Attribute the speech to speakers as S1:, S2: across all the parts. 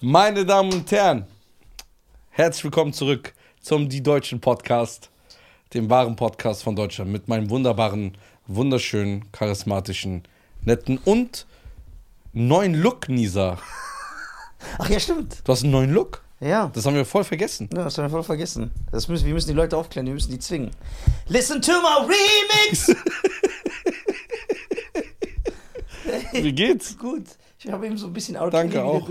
S1: Meine Damen und Herren, herzlich willkommen zurück zum Die Deutschen Podcast, dem wahren Podcast von Deutschland mit meinem wunderbaren, wunderschönen, charismatischen, netten und neuen Look, Nisa.
S2: Ach ja, stimmt.
S1: Du hast einen neuen Look?
S2: Ja.
S1: Das haben wir voll vergessen.
S2: Ja, das haben wir voll vergessen. Das müssen, wir müssen die Leute aufklären, wir müssen die zwingen. Listen to my remix!
S1: Wie geht's?
S2: Gut, ich habe eben so ein bisschen Auto
S1: Danke auch.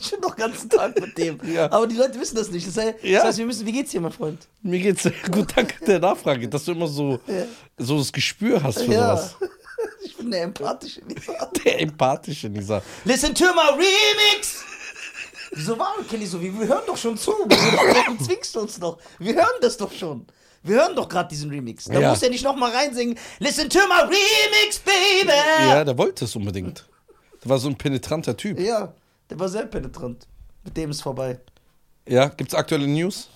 S2: Schon noch den ganzen Tag mit dem.
S1: Ja.
S2: Aber die Leute wissen das nicht. Das heißt,
S1: Ja.
S2: das heißt, wir müssen, wie geht's dir, mein Freund?
S1: Mir geht's sehr gut. Danke der Nachfrage, dass du immer so, so das Gespür hast für sowas.
S2: Ich bin der empathische Liefer.
S1: Der empathische Nisa.
S2: Listen to my remix! Wieso war Kelly so? Wir wir hören doch schon zu. Warum zwingst du uns noch? Wir hören das doch schon. Wir hören doch gerade diesen Remix. Da
S1: Ja.
S2: musst du ja nicht nochmal reinsingen. Listen to my remix, baby!
S1: Ja, der wollte es unbedingt. Der war so ein penetranter Typ.
S2: Ja, der war sehr penetrant. Mit dem ist vorbei.
S1: Ja, gibt's aktuelle News?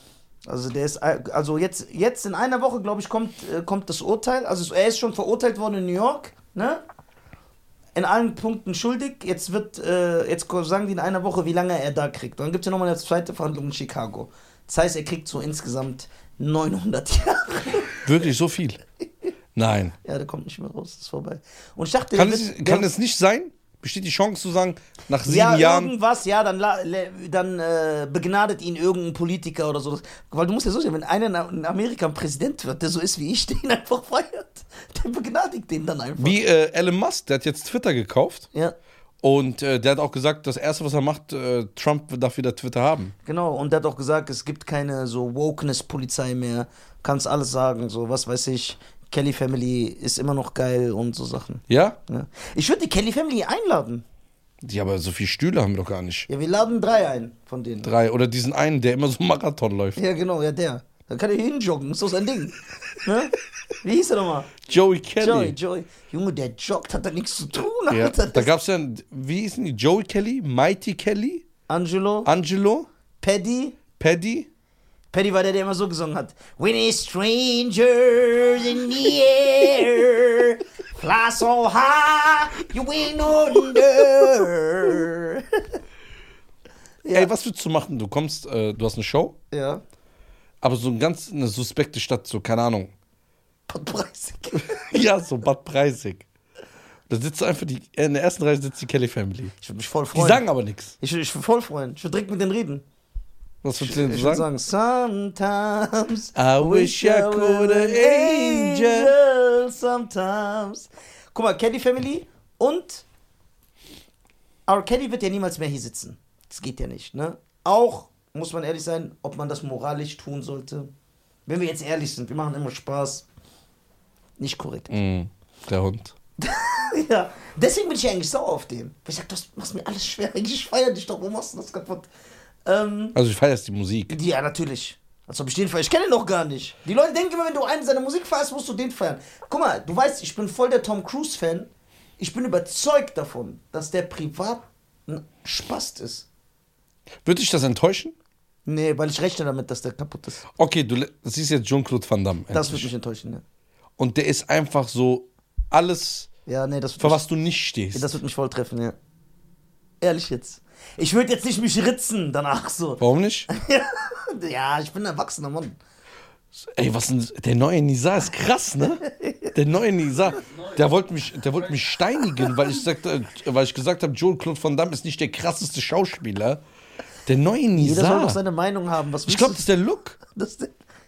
S2: Also der ist, also jetzt, jetzt in einer Woche, glaube ich, kommt, äh, kommt das Urteil. Also er ist schon verurteilt worden in New York, ne? In allen Punkten schuldig. Jetzt wird, äh, jetzt ko- sagen die in einer Woche, wie lange er da kriegt. Und dann gibt es ja nochmal eine zweite Verhandlung in Chicago. Das heißt, er kriegt so insgesamt 900 Jahre.
S1: Wirklich so viel? Nein.
S2: Ja, der kommt nicht mehr raus, ist vorbei. Und ich dachte,
S1: Kann,
S2: der
S1: es,
S2: wird-
S1: kann
S2: der-
S1: es nicht sein? Besteht die Chance zu sagen, nach sieben
S2: ja,
S1: Jahren.
S2: irgendwas, ja, dann, la- le- dann äh, begnadet ihn irgendein Politiker oder so. Weil du musst ja so sehen, wenn einer in A- in Amerika ein Präsident wird, der so ist wie ich, der ihn einfach feiert, der begnadigt den dann einfach.
S1: Wie äh, Elon Musk, der hat jetzt Twitter gekauft
S2: Ja,
S1: und äh, der hat auch gesagt, das Erste, was er macht, äh, Trump darf wieder Twitter haben.
S2: genau. Und der hat auch gesagt, es gibt keine so Wokeness-Polizei mehr. Kannst alles sagen, so was weiß ich. Kelly Family ist immer noch geil und so Sachen.
S1: Ja?
S2: Ja. Ich würde die Kelly Family einladen.
S1: Die aber so viele Stühle haben wir doch gar nicht.
S2: Ja, wir laden drei ein von denen.
S1: Drei. Oder diesen einen, der immer so einen Marathon läuft.
S2: Ja, genau, ja, der. Da kann er hinjoggen, ist doch sein Ding. ne? Wie hieß er nochmal?
S1: Joey Kelly.
S2: Joey, Joey. Junge, der joggt, hat da nichts zu tun,
S1: Ja,
S2: Alter.
S1: da gab es ja, wie hießen die? Joey Kelly, Mighty Kelly,
S2: Angelo,
S1: Ah. Angelo,
S2: Paddy.
S1: Paddy.
S2: Paddy war der, der immer so gesungen hat. When a strangers in the air fly so high, you ain't under. Ja.
S1: Ey, was willst du machen? Du kommst, äh, du hast eine Show,
S2: ja,
S1: aber so eine ganz eine suspekte Stadt, so keine Ahnung.
S2: Pottpreisig.
S1: ja, so Bad Preisig. Da sitzt einfach die, in der ersten Reihe sitzt die Kelly Family.
S2: Ich würde mich voll
S1: Die
S2: freuen.
S1: sagen aber nichts.
S2: ich würde mich voll freuen. Ich würde direkt mit denen reden.
S1: Was würdest du denn
S2: Ich
S1: sagen?
S2: würde sagen, sometimes
S1: I wish I could an angel.
S2: sometimes. Guck mal, Caddy Family und R. Caddy wird ja niemals mehr hier sitzen. Das geht ja nicht, ne? Auch, muss man ehrlich sein, ob man das moralisch tun sollte. Wenn wir jetzt ehrlich sind, wir machen immer Spaß. Nicht korrekt.
S1: Mm, der Hund.
S2: Ja, deswegen bin ich ja eigentlich sauer auf den. Weil ich sag, du machst mir alles schwer. Ich feier dich doch, warum machst du das kaputt? Ähm,
S1: Also ich feiere jetzt die Musik.
S2: ja, natürlich. Als ob ich den feiere. Ich kenne ihn noch gar nicht. Die Leute denken immer, wenn du einen seiner Musik feierst, musst du den feiern. Guck mal, du weißt, ich bin voll der Tom Cruise-Fan. Ich bin überzeugt davon, dass der privat ein Spast ist.
S1: Würde dich das enttäuschen?
S2: Nee, weil ich rechne damit, dass der kaputt ist.
S1: Okay, du le- siehst jetzt Jean-Claude Van Damme.
S2: Das würde mich enttäuschen, ne?
S1: Und der ist einfach so alles,
S2: Ja, nee, das
S1: für
S2: wird mich,
S1: was du nicht stehst.
S2: das wird mich voll treffen, ja. Ehrlich jetzt. Ich würde jetzt nicht mich ritzen danach so.
S1: Warum nicht?
S2: Ja, ich bin ein erwachsener Mann.
S1: Ey, was denn? Der neue Nisa ist krass, ne? Der neue Nisa, der wollte mich, der wollte mich steinigen, weil ich, sagte, äh, weil ich gesagt habe, Jean-Claude Van Damme ist nicht der krasseste Schauspieler. Der neue
S2: Jeder soll doch
S1: Nisa.
S2: seine Meinung haben. Was
S1: Ich
S2: willst
S1: glaube,
S2: du-
S1: das ist der Look.
S2: Das,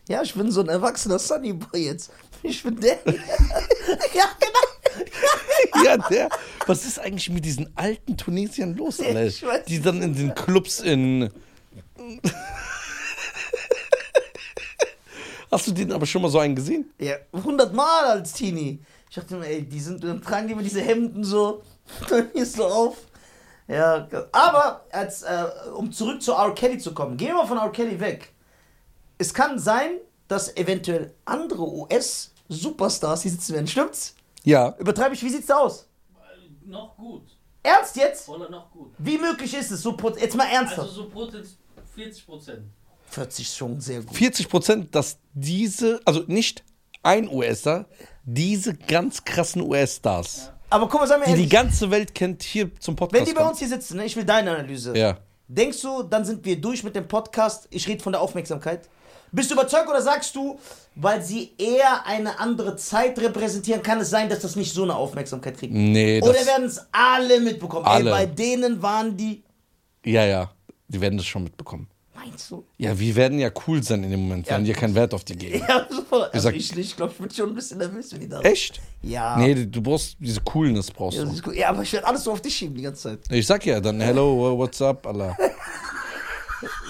S2: ja, ich bin so ein erwachsener Sunny Boy jetzt. Ich bin der. ja, genau.
S1: Ja, der. Was ist eigentlich mit diesen alten Tunesiern los, Alter?
S2: Ich weiß
S1: Die dann in den Clubs in. Hast du den aber schon mal so einen gesehen?
S2: Ja, hundertmal als Teenie. Ich dachte mir, ey, die sind, dann tragen die immer diese Hemden so, dann hier so auf. Ja, aber als, äh, um zurück zu R. Kelly zu kommen, gehen wir mal von R. Kelly weg. Es kann sein, dass eventuell andere US-Superstars hier sitzen werden. Stimmt's?
S1: Ja.
S2: Übertreibe ich, wie sieht's da aus?
S3: Äh, Noch gut.
S2: Ernst jetzt?
S3: Oder noch gut.
S2: Wie möglich ist es? So, pro- jetzt mal
S3: Also
S2: ernsthaft.
S3: so Prozent 40 Prozent.
S2: 40 ist schon sehr gut.
S1: 40 Prozent, dass diese, also nicht ein USer, diese ganz krassen US-Stars
S3: Ja.
S2: Aber guck mal, sag mir
S1: die die
S2: ehrlich,
S1: ganze Welt kennt, hier zum Podcast
S2: wenn die bei
S1: kommt.
S2: uns hier sitzen, ne, ich will deine Analyse.
S1: Ja.
S2: Denkst du, dann sind wir durch mit dem Podcast? Ich rede von der Aufmerksamkeit. Bist du überzeugt oder sagst du, weil sie eher eine andere Zeit repräsentieren, kann es sein, dass das nicht so eine Aufmerksamkeit kriegt?
S1: Nee,
S2: oder
S1: das,
S2: werden es alle mitbekommen?
S1: Alle.
S2: Ey, bei denen waren die.
S1: ja, ja, die werden das schon mitbekommen.
S2: Meinst du?
S1: Ja, wir werden ja cool sein in dem Moment, wir
S2: Ja.
S1: haben ja keinen Wert auf die geben.
S2: Ja, so. Also
S1: sag-
S2: ich nicht. Ich glaube, ich bin schon ein bisschen nervös, wenn die da sind.
S1: Echt?
S2: Ja.
S1: Nee, du- du brauchst diese Coolness brauchst
S2: Ah. Ja, das
S1: du.
S2: ist gut. ja, aber ich werde alles so auf dich schieben die ganze Zeit.
S1: Ich sag ja dann, hello, uh, what's up, Allah.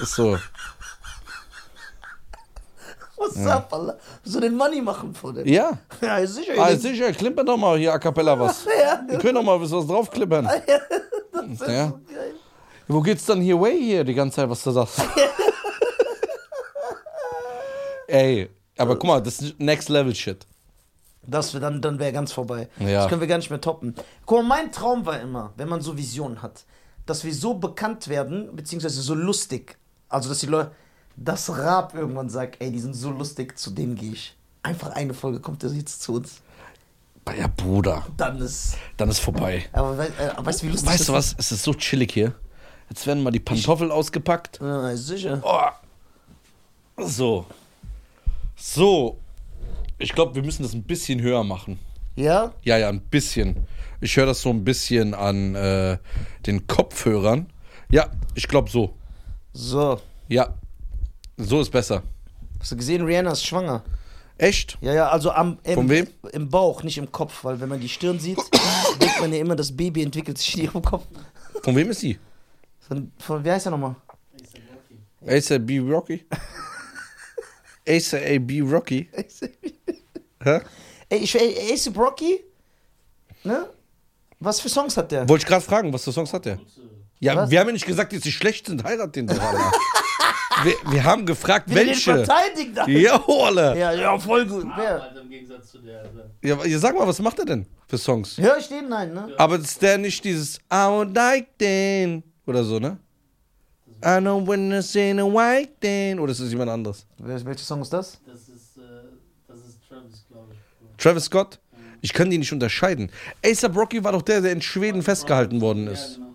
S1: Ist so.
S2: Was up, Alter? So den Money machen vor dem.
S1: Ja.
S2: Ja, ist sicher.
S1: Ah, ist sicher, klimpern doch mal hier a cappella was.
S2: Ja.
S1: Wir können doch mal was draufklippern.
S2: das ist
S1: ja.
S2: so geil.
S1: Wo geht's dann hier way hier die ganze Zeit, was du sagst? Ey, aber guck mal, das ist Next Level Shit.
S2: Das wär, dann, dann wäre ganz vorbei.
S1: Ja.
S2: Das können wir gar nicht mehr toppen. Guck mal, mein Traum war immer, wenn man so Visionen hat, dass wir so bekannt werden, beziehungsweise so lustig. Also, dass die Leute, dass Raab irgendwann sagt, ey, die sind so lustig, zu denen gehe ich. Einfach eine Folge kommt der jetzt zu uns.
S1: Ja, Bruder,
S2: Dann ist.
S1: dann ist vorbei.
S2: Aber wei- äh, weißt du, wie lustig
S1: Weißt du
S2: das
S1: was? Es ist so chillig hier. Jetzt werden mal die Pantoffeln ausgepackt.
S2: ist? Ja, ist sicher.
S1: Oh. So. So. Ich glaube, wir müssen das ein bisschen höher machen.
S2: Ja?
S1: Ja, ja, ein bisschen. Ich höre das so ein bisschen an äh, den Kopfhörern. Ja, ich glaube so.
S2: So.
S1: Ja. So ist besser.
S2: Hast du gesehen, Rihanna ist schwanger.
S1: Echt?
S2: Ja, ja, also am, im,
S1: Von wem?
S2: im Bauch, nicht im Kopf, weil wenn man die Stirn sieht, denkt man ja immer, das Baby entwickelt sich in ihrem Kopf.
S1: Von wem ist die?
S2: Von, von, wie heißt er nochmal?
S3: Ist ja Rocky.
S1: ASAB Rocky? ASAB Rocky? Hä?
S2: Ey, ich, ey, Ace Brocky? Ne? Was für Songs hat der?
S1: Wollte ich gerade fragen, was für Songs hat der?
S3: Gute.
S1: Ja,
S2: Was?
S1: wir haben ja nicht gesagt, dass sie schlecht sind, heirat den doch, Alter. wir, wir haben gefragt,
S2: Will den
S1: welche.
S2: verteidigt dann?
S1: Ja, Alter.
S2: Ja, ja, voll gut. Wer?
S3: Aber halt im Gegensatz zu der. der-
S1: Ja, ja, sag mal, was macht er denn für Songs?
S2: Hör ich den? Nein, ne?
S1: Aber ist der nicht dieses I don't like den oder so, ne? I don't wanna say no white den. Oder ist es jemand anderes?
S2: Wel- Welcher Song ist das?
S3: Das ist, äh, das ist Travis, glaube ich.
S1: Travis Scott? Ich kann die nicht unterscheiden. ASAP Rocky war doch der, der in Schweden festgehalten worden
S3: Ja,
S1: ist.
S3: genau.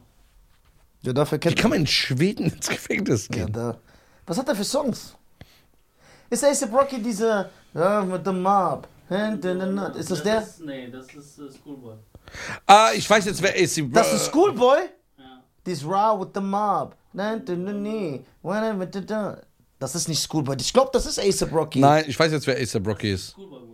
S2: Ja, dafür
S1: Wie
S2: kennt
S1: kann man in Schweden ins Gefängnis
S2: ja,
S1: gehen?
S2: da. Was hat er für Songs? Ist Ace Brocky diese Love with the Mob? Hand in the Nut. Ist das der?
S3: Ist, nee, das ist äh, Schoolboy.
S1: Ah, ich weiß jetzt, wer ASAP
S2: Das ist Schoolboy?
S3: Ja.
S2: This raw with the mob. Hand in the knee. Whatever the da. Das ist nicht Schoolboy. Ich glaube, das ist Ace Brocky.
S1: Nein, ich weiß jetzt, wer ASAP Rocky ist.
S3: Schoolboy war.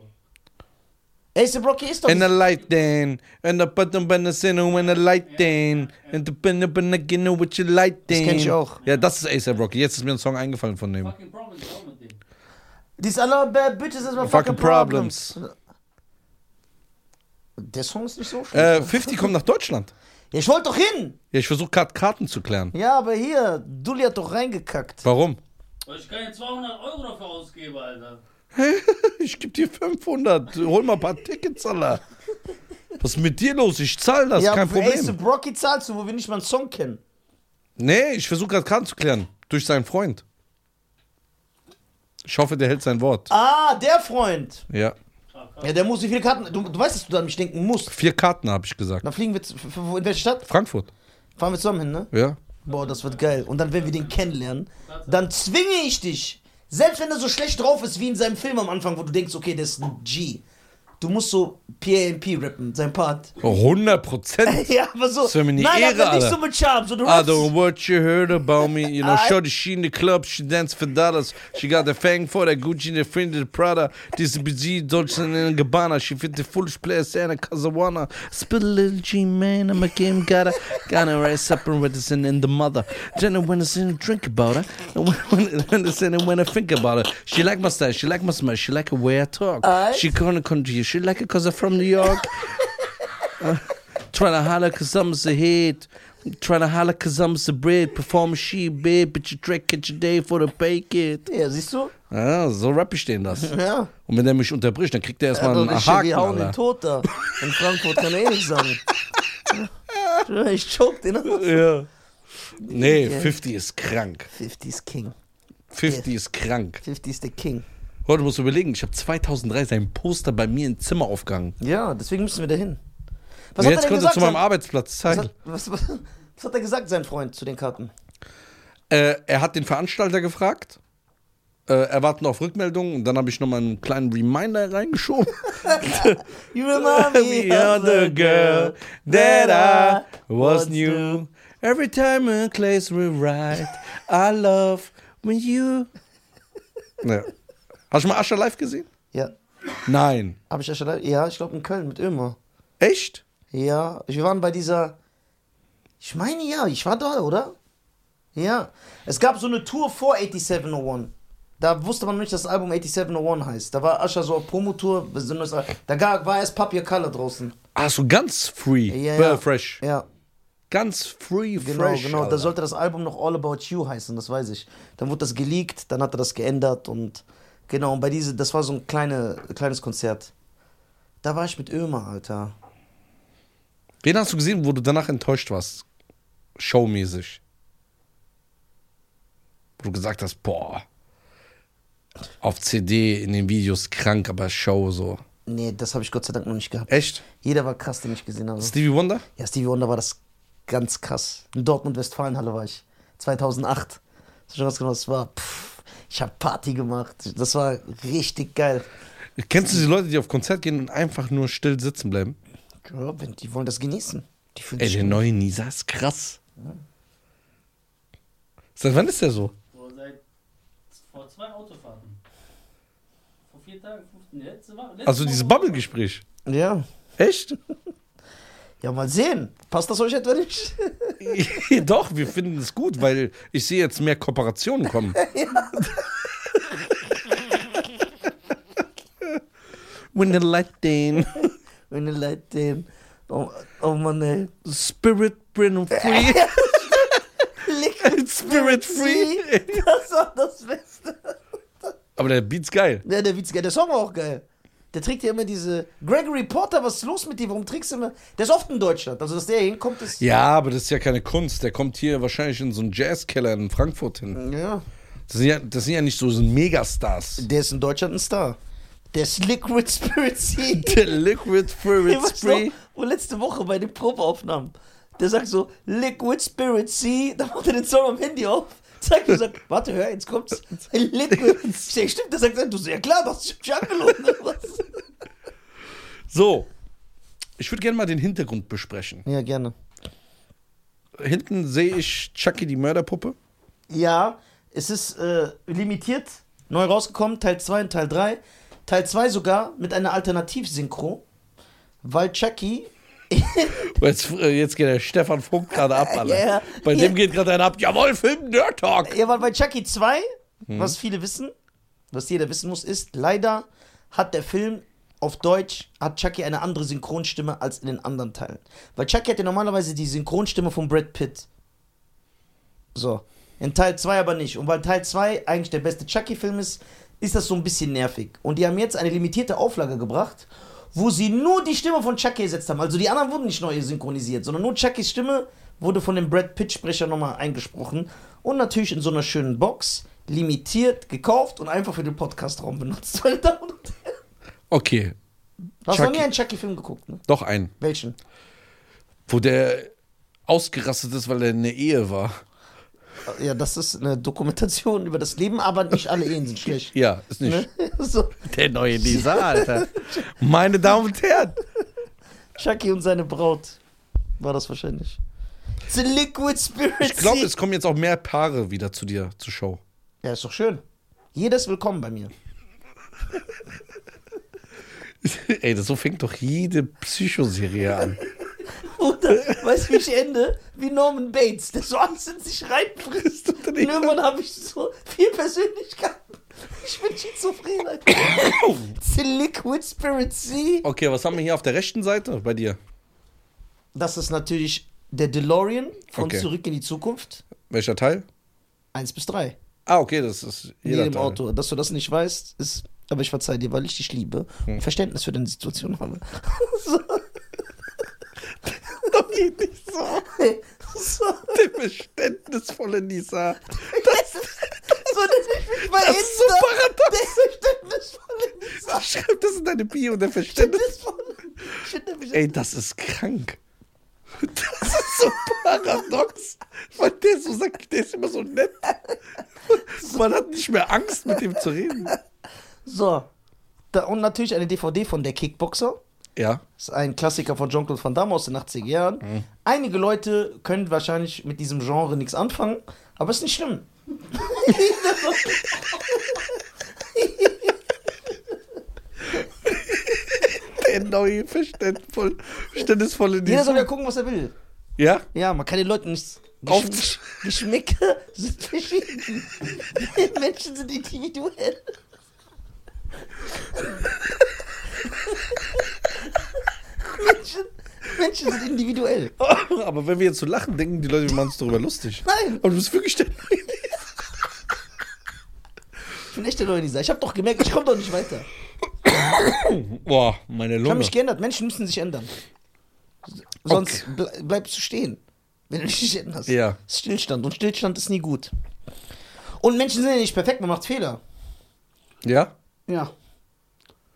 S2: Ace Brocky ist doch
S1: And the light then, and the button when the sinner, when the light then, and the pin up in the ginner with your light then.
S2: kenn ich auch.
S1: Ja, das ist ASAP Rocky. Jetzt ist mir ein Song eingefallen von dem.
S3: Fucking Problem, auch mit dem.
S2: These are not bad bitches, that's my
S1: Fucking
S2: fucking, problems. Der Song ist nicht so
S1: Äh,
S2: schlecht.
S1: 50 kommt nach Deutschland.
S2: ich wollte doch hin!
S1: Ja, ich versuche gerade Karten zu klären.
S2: Ja, aber hier, Dulli hat doch reingekackt.
S1: Warum?
S3: Aber ich kann ja 200 Euro dafür ausgeben, Alter.
S1: Ich gebe dir 500. Hol mal ein paar Tickets, Alter. Was ist mit dir los? Ich zahle das,
S2: ja,
S1: kein
S2: aber für
S1: Problem.
S2: Ace Brocky zahlst du, wo wir nicht mal einen Song kennen.
S1: Nee, ich versuche gerade Karten zu klären. Durch seinen Freund. Ich hoffe, der hält sein Wort.
S2: Ah, der Freund.
S1: Ja.
S2: Ja, der muss wie viele Karten. Du, du weißt, dass du da an mich denken musst.
S1: Vier Karten habe ich gesagt.
S2: Dann fliegen wir zu, f- f- in welche Stadt?
S1: Frankfurt.
S2: Fahren wir zusammen hin, ne?
S1: Ja.
S2: Boah, das wird geil. Und dann, wenn wir den kennenlernen, dann zwinge ich dich. Selbst wenn er so schlecht drauf ist wie in seinem Film am Anfang, wo du denkst, okay, der ist ein G. Du musst so PAMP rappen, sein Part.
S1: 100 Prozent.
S2: ja, aber so.
S1: wär mir eine
S2: nein,
S1: Ehre,
S2: aber
S1: Alter.
S2: nicht
S1: Ah,
S2: so mit Charme, so du
S1: I
S2: rappst.
S1: don't know what you heard about me. You know,
S2: I-
S1: shorty, she in the club, she dance for dollars. She got the fang for the Gucci, the friend, the Prada. This BG, Deutschland and Gabbana. She fit the foolish players and a Casawana. Spit a little G, man, I'm a game gotta. Gonna rise up and reticent in the mother. Then I when I sit and drink about her. And when, when, when I sit and when I think about her. She like my style, she like my smile, she like the way I talk.
S2: Alright.
S1: She gonna come to you, she like it cause I'm from New York. Tryna holler cause I'm the head. Tryna holler cause I'm the bread. Perform she bed, but you track it today for the bake it.
S2: Ja, siehst du?
S1: Ah, so rapp ich den das.
S2: Ja.
S1: Und wenn der mich unterbricht, dann kriegt er erstmal
S2: Also,
S1: einen
S2: ich,
S1: Haken.
S2: wir hauen den
S1: Alter.
S2: tot da. In Frankfurt kann er eh nicht sagen. Ich choke den an.
S1: Ja. Nee,
S2: Ja.
S1: 50 ist krank.
S2: 50 ist King.
S1: 50 ist krank.
S2: 50 ist der King.
S1: Heute musst du überlegen, ich habe 2003 sein Poster bei mir im Zimmer aufgehangen.
S2: Ja, deswegen müssen wir da hin.
S1: Na,
S2: Was hat
S1: jetzt
S2: er denn
S1: kommt er
S2: gesagt?
S1: zu meinem
S2: sein-
S1: Arbeitsplatz
S2: was,
S1: zeigen.
S2: hat, was, was, was hat er gesagt, sein Freund, zu den Karten?
S1: Äh, er hat den Veranstalter gefragt. Äh, erwarten auf Rückmeldungen. Und dann habe ich nochmal einen kleinen Reminder reingeschoben.
S2: You remind me of the girl that I was new.
S1: Every time a place we ride, I love when you. Ja. Hast du mal Ascher live gesehen?
S2: Ja,
S1: Nein.
S2: habe ich ja schon live- Ja, ich glaube in Köln mit Ömer.
S1: Echt?
S2: Ja, wir waren bei dieser. Ich meine ja, ich war da, oder? Ja. Es gab so eine Tour vor 8701. Da wusste man nicht, dass das Album 8701 heißt. Da war Ascha so auf Promotour. wir sind neues Al- Da ga- war erst Papier Color draußen.
S1: Ach Ah, so, ganz free.
S2: Ja,
S1: Well,
S2: ja.
S1: fresh.
S2: Ja,
S1: Ganz free,
S2: genau,
S1: fresh.
S2: genau. Da
S1: Alter.
S2: sollte das Album noch All About You heißen, das weiß ich. Dann wurde das geleakt, dann hat er das geändert und genau, und bei diese, das war so ein kleine, kleines Konzert. Da war ich mit Ömer, Alter.
S1: Wen hast du gesehen, wo du danach enttäuscht warst? Showmäßig. Wo du gesagt hast, boah. Auf CD, in den Videos krank, aber Show so.
S2: Nee, das habe ich Gott sei Dank noch nicht gehabt.
S1: Echt?
S2: Jeder war krass, den ich gesehen habe.
S1: Stevie Wonder?
S2: Ja, Stevie Wonder war das ganz krass. In Dortmund-Westfalenhalle war ich. 2008. Das ist schon ganz genau, das war, pff, ich habe Party gemacht. Das war richtig geil.
S1: Kennst du die Leute, die auf Konzert gehen und einfach nur still sitzen bleiben?
S2: Robin, die wollen das genießen. Die fühlen
S1: Ey,
S2: sich
S1: der neue Nisa ist krass. Seit wann ist der so?
S3: So, seit vor zwei Autofahrten. Vor vier Tagen, fünften, letzte Woche. Letzte
S1: Also dieses
S3: Woche-
S1: Bubble-Gespräch.
S2: Ja.
S1: Echt?
S2: Ja, mal sehen. Passt das euch etwa nicht?
S1: Doch, wir finden es gut, weil ich sehe jetzt mehr Kooperationen kommen. When the lightning,
S2: Wenn ihr leid den. Oh, oh Mann, ey. Äh,
S1: spirit bring free,
S2: Liquid
S1: spirit free.
S2: Sea, Das war das Beste.
S1: Aber der Beat's geil.
S2: Ja, der Witz geil. Der Song war auch geil. Der trägt ja immer diese. Gregory Porter, was ist los mit dir? Warum trägst du immer. Der ist oft in Deutschland. Also, dass der hier hinkommt, ist.
S1: Ja, aber das ist ja keine Kunst. Der kommt hier wahrscheinlich in so einen Jazzkeller in Frankfurt hin.
S2: ja.
S1: Das sind ja, das sind ja nicht so, so Megastars.
S2: Der ist in Deutschland ein Star. Der ist Liquid Spirit Sea.
S1: The Liquid Spirit
S2: Ich weiß
S1: Spree.
S2: noch, wo letzte Woche bei den Probeaufnahmen, der sagt so, Liquid Spirit Sea, dann macht er den Song am Handy auf, zeigt und sagt, warte, hör, jetzt kommt's. Liquid. Ich sag, stimmt, der sagt dann, du so, ja klar, das ist schon angelogen. oder was?
S1: So, ich würde gerne mal den Hintergrund besprechen.
S2: Ja, gerne.
S1: Hinten sehe ich Chucky die Mörderpuppe.
S2: Ja, es ist äh, limitiert, neu rausgekommen, Teil 2 und Teil 3. Teil 2 sogar mit einer Alternativsynchro, weil Chucky
S1: Jetzt, äh, jetzt geht der Stefan Funk gerade ab, Alter.
S2: Ja, ja.
S1: Bei
S2: Ja.
S1: dem geht gerade einer ab. Jawohl, Film Nerd Talk.
S2: Ja, weil bei Chucky 2, was viele wissen, was jeder wissen muss, ist, leider hat der Film auf Deutsch, hat Chucky eine andere Synchronstimme als in den anderen Teilen. Weil Chucky hatte normalerweise die Synchronstimme von Brad Pitt. So. In Teil 2 aber nicht. Und weil Teil 2 eigentlich der beste Chucky-Film ist, ist das so ein bisschen nervig. Und die haben jetzt eine limitierte Auflage gebracht, wo sie nur die Stimme von Chucky ersetzt haben. Also die anderen wurden nicht neu synchronisiert, sondern nur Chuckys Stimme wurde von dem Brad Pitt-Sprecher nochmal eingesprochen. Und natürlich in so einer schönen Box, limitiert, gekauft und einfach für den Podcastraum benutzt. Hast
S1: Okay,
S2: du noch
S1: Chucky.
S2: nie einen Chucky-Film geguckt, ne?
S1: doch ein.
S2: Welchen?
S1: Wo der ausgerastet ist, weil er in der Ehe war.
S2: Ja, das ist eine Dokumentation über das Leben, aber nicht alle Ehen sind schlecht.
S1: Ja, ist nicht.
S2: Ne? So.
S1: Der neue Lisa, Alter. Meine Damen und Herren.
S2: Chucky und seine Braut war das wahrscheinlich. The Liquid Spirit.
S1: Ich glaube, es kommen jetzt auch mehr Paare wieder zu dir zur Show.
S2: Ja, ist doch schön. Jedes willkommen bei mir.
S1: Ey, das so fängt doch jede Psychoserie an.
S2: Bruder, weißt du, wie ich ende? Wie Norman Bates, der so alles in sich reinfrisst. Und irgendwann habe ich so viel Persönlichkeit. Ich bin schizophren. Alter. The Liquid Spirit Sea.
S1: Okay, was haben wir hier auf der rechten Seite bei dir?
S2: Das ist natürlich der DeLorean von
S1: Okay.
S2: Zurück in die Zukunft.
S1: Welcher Teil?
S2: Eins bis drei.
S1: Ah, okay, das ist
S2: In
S1: jeder
S2: jedem
S1: Teil.
S2: Auto. Dass du das nicht weißt, ist. Aber ich verzeih dir, weil ich dich liebe
S1: Hm.
S2: und Verständnis für deine Situation habe. so.
S1: nicht so.
S2: So,
S1: Der verständnisvolle Nisa.
S2: das, so dass ich mich bei
S1: Das ist so
S2: Insta-
S1: paradox.
S2: Der Verständnisvolle Nisa.
S1: Schreib das in deine Bio, der Verständnis.
S2: Verständnisvolle- Scheiße.
S1: Ey, das ist krank. Das ist so paradox, weil der so sagt, der ist immer so nett. Man hat nicht mehr Angst, mit ihm zu reden.
S2: So. Da, und natürlich eine DVD von der Kickboxer.
S1: Ja.
S2: Das ist ein Klassiker von Jean-Claude Van Damme aus den 80er Jahren.
S1: Hm.
S2: Einige Leute können wahrscheinlich mit diesem Genre nichts anfangen, aber ist nicht schlimm.
S1: Der neue, verständvoll, verständnisvolle
S2: Jeder soll ja
S1: Diesel.
S2: gucken, was er will.
S1: Ja?
S2: Ja, man kann den Leuten nichts.
S1: Aufzusch-
S2: Geschmäcker sind verschieden. Menschen sind individuell. Menschen, Menschen sind individuell.
S1: Aber wenn wir jetzt so lachen, denken die Leute, wir machen uns darüber lustig.
S2: Nein,
S1: Aber du bist wirklich der neue Diesel.
S2: ich bin echt der neue Lisa. Ich habe doch gemerkt, ich komme doch nicht weiter.
S1: Boah, meine
S2: Ich habe
S1: Lunge.
S2: mich geändert. Menschen müssen sich ändern. S- Sonst ble bleibst du stehen, wenn du dich nicht änderst.
S1: Ja.
S2: Das ist Stillstand. Und Stillstand ist nie gut. Und Menschen sind ja nicht perfekt, man macht Fehler.
S1: Ja?
S2: Ja.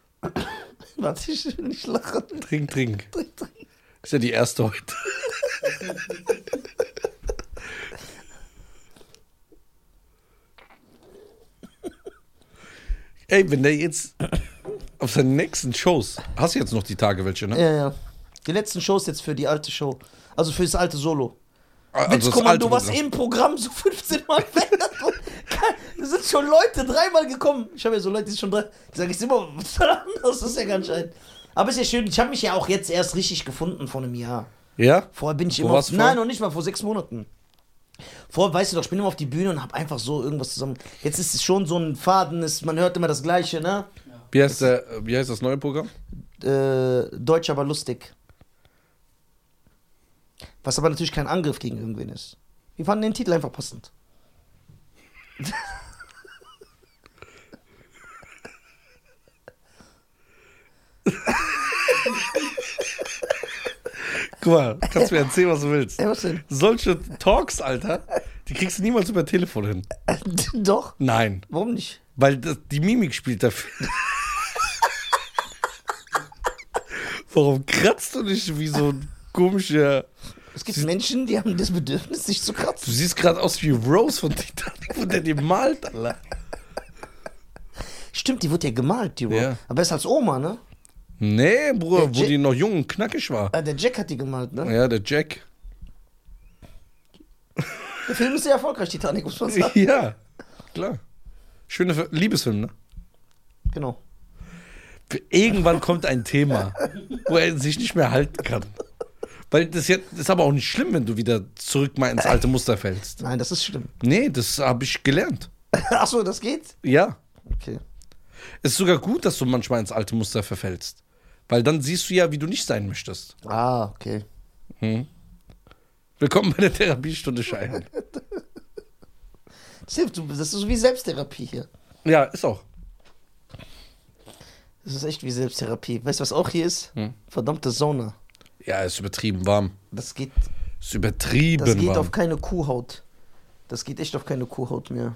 S2: Warte, ich will nicht lachen.
S1: Trink, trink. Ist ja die erste heute. Ey, wenn der jetzt auf seinen nächsten Shows, hast du jetzt noch die Tage welche, ne?
S2: Ja, ja. Die letzten Shows jetzt für die alte Show. Also für das alte Solo.
S1: Also das alte
S2: Witzkommando, was
S1: Programm.
S2: im Programm so 15 Mal verändert wurde. Da sind schon Leute dreimal gekommen. Ich habe ja so Leute, die sind schon drei. Die sagen, ich immer was anderes. Das ist ja ganz schön. Aber ist ja schön. Ich habe mich ja auch jetzt erst richtig gefunden vor einem Jahr.
S1: Ja?
S2: Vorher bin ich
S1: Wo
S2: immer.
S1: warst du
S2: nein,
S1: vorher?
S2: noch nicht mal vor sechs Monaten. Vorher, weißt du doch, ich bin immer auf die Bühne und habe einfach so irgendwas zusammen. Jetzt ist es schon so ein Faden, ist, man hört immer das Gleiche, ne?
S1: Wie heißt, der, wie heißt das neue Programm?
S2: äh, deutsch, aber lustig. Was aber natürlich kein Angriff gegen irgendwen ist. Wir fanden den Titel einfach passend.
S1: Guck mal, kannst mir erzählen, was du willst.
S2: Ey, was denn?
S1: Solche Talks, Alter, die kriegst du niemals über Telefon hin.
S2: Äh, Doch,
S1: Nein,
S2: warum nicht?
S1: weil das, die Mimik spielt dafür. Warum kratzt du dich wie so ein komischer...
S2: Es gibt Menschen, die haben das Bedürfnis, sich zu
S1: Du
S2: kratzen.
S1: siehst gerade aus wie Rose von Titanic, wo der dir malt, Alter.
S2: Stimmt, die wird ja gemalt, die Uhr.
S1: Ja.
S2: Aber besser als Oma, ne?
S1: Nee, Bruder,
S2: Der
S1: wo
S2: Jack-
S1: die noch jung und knackig war.
S2: Äh, der Jack hat die gemalt, ne?
S1: Ja, der Jack.
S2: Der Film ist sehr erfolgreich, Titanic, muss man sagen.
S1: Ja, klar. Schöne Ver- Liebesfilm, ne?
S2: Genau.
S1: Irgendwann kommt ein Thema, wo er sich nicht mehr halten kann. Weil das jetzt das ist aber auch nicht schlimm, wenn du wieder zurück mal ins alte Muster fällst.
S2: Nein, das ist schlimm.
S1: Nee, das habe ich gelernt.
S2: Achso, das geht?
S1: Ja.
S2: Okay.
S1: Es ist sogar gut, dass du manchmal ins alte Muster verfällst. Weil dann siehst du ja, wie du nicht sein möchtest.
S2: Ah, okay.
S1: Willkommen bei der Therapiestunde Schein.
S2: Das hilft, du- das ist so wie Selbsttherapie hier.
S1: Ja, ist auch.
S2: Das ist echt wie Selbsttherapie. Weißt du, was auch hier ist?
S1: Hm.
S2: Verdammte Sauna.
S1: Ja, ist übertrieben warm.
S2: Das geht
S1: Ist übertrieben
S2: Das geht
S1: warm.
S2: auf keine Kuhhaut. Das geht echt auf keine Kuhhaut mehr.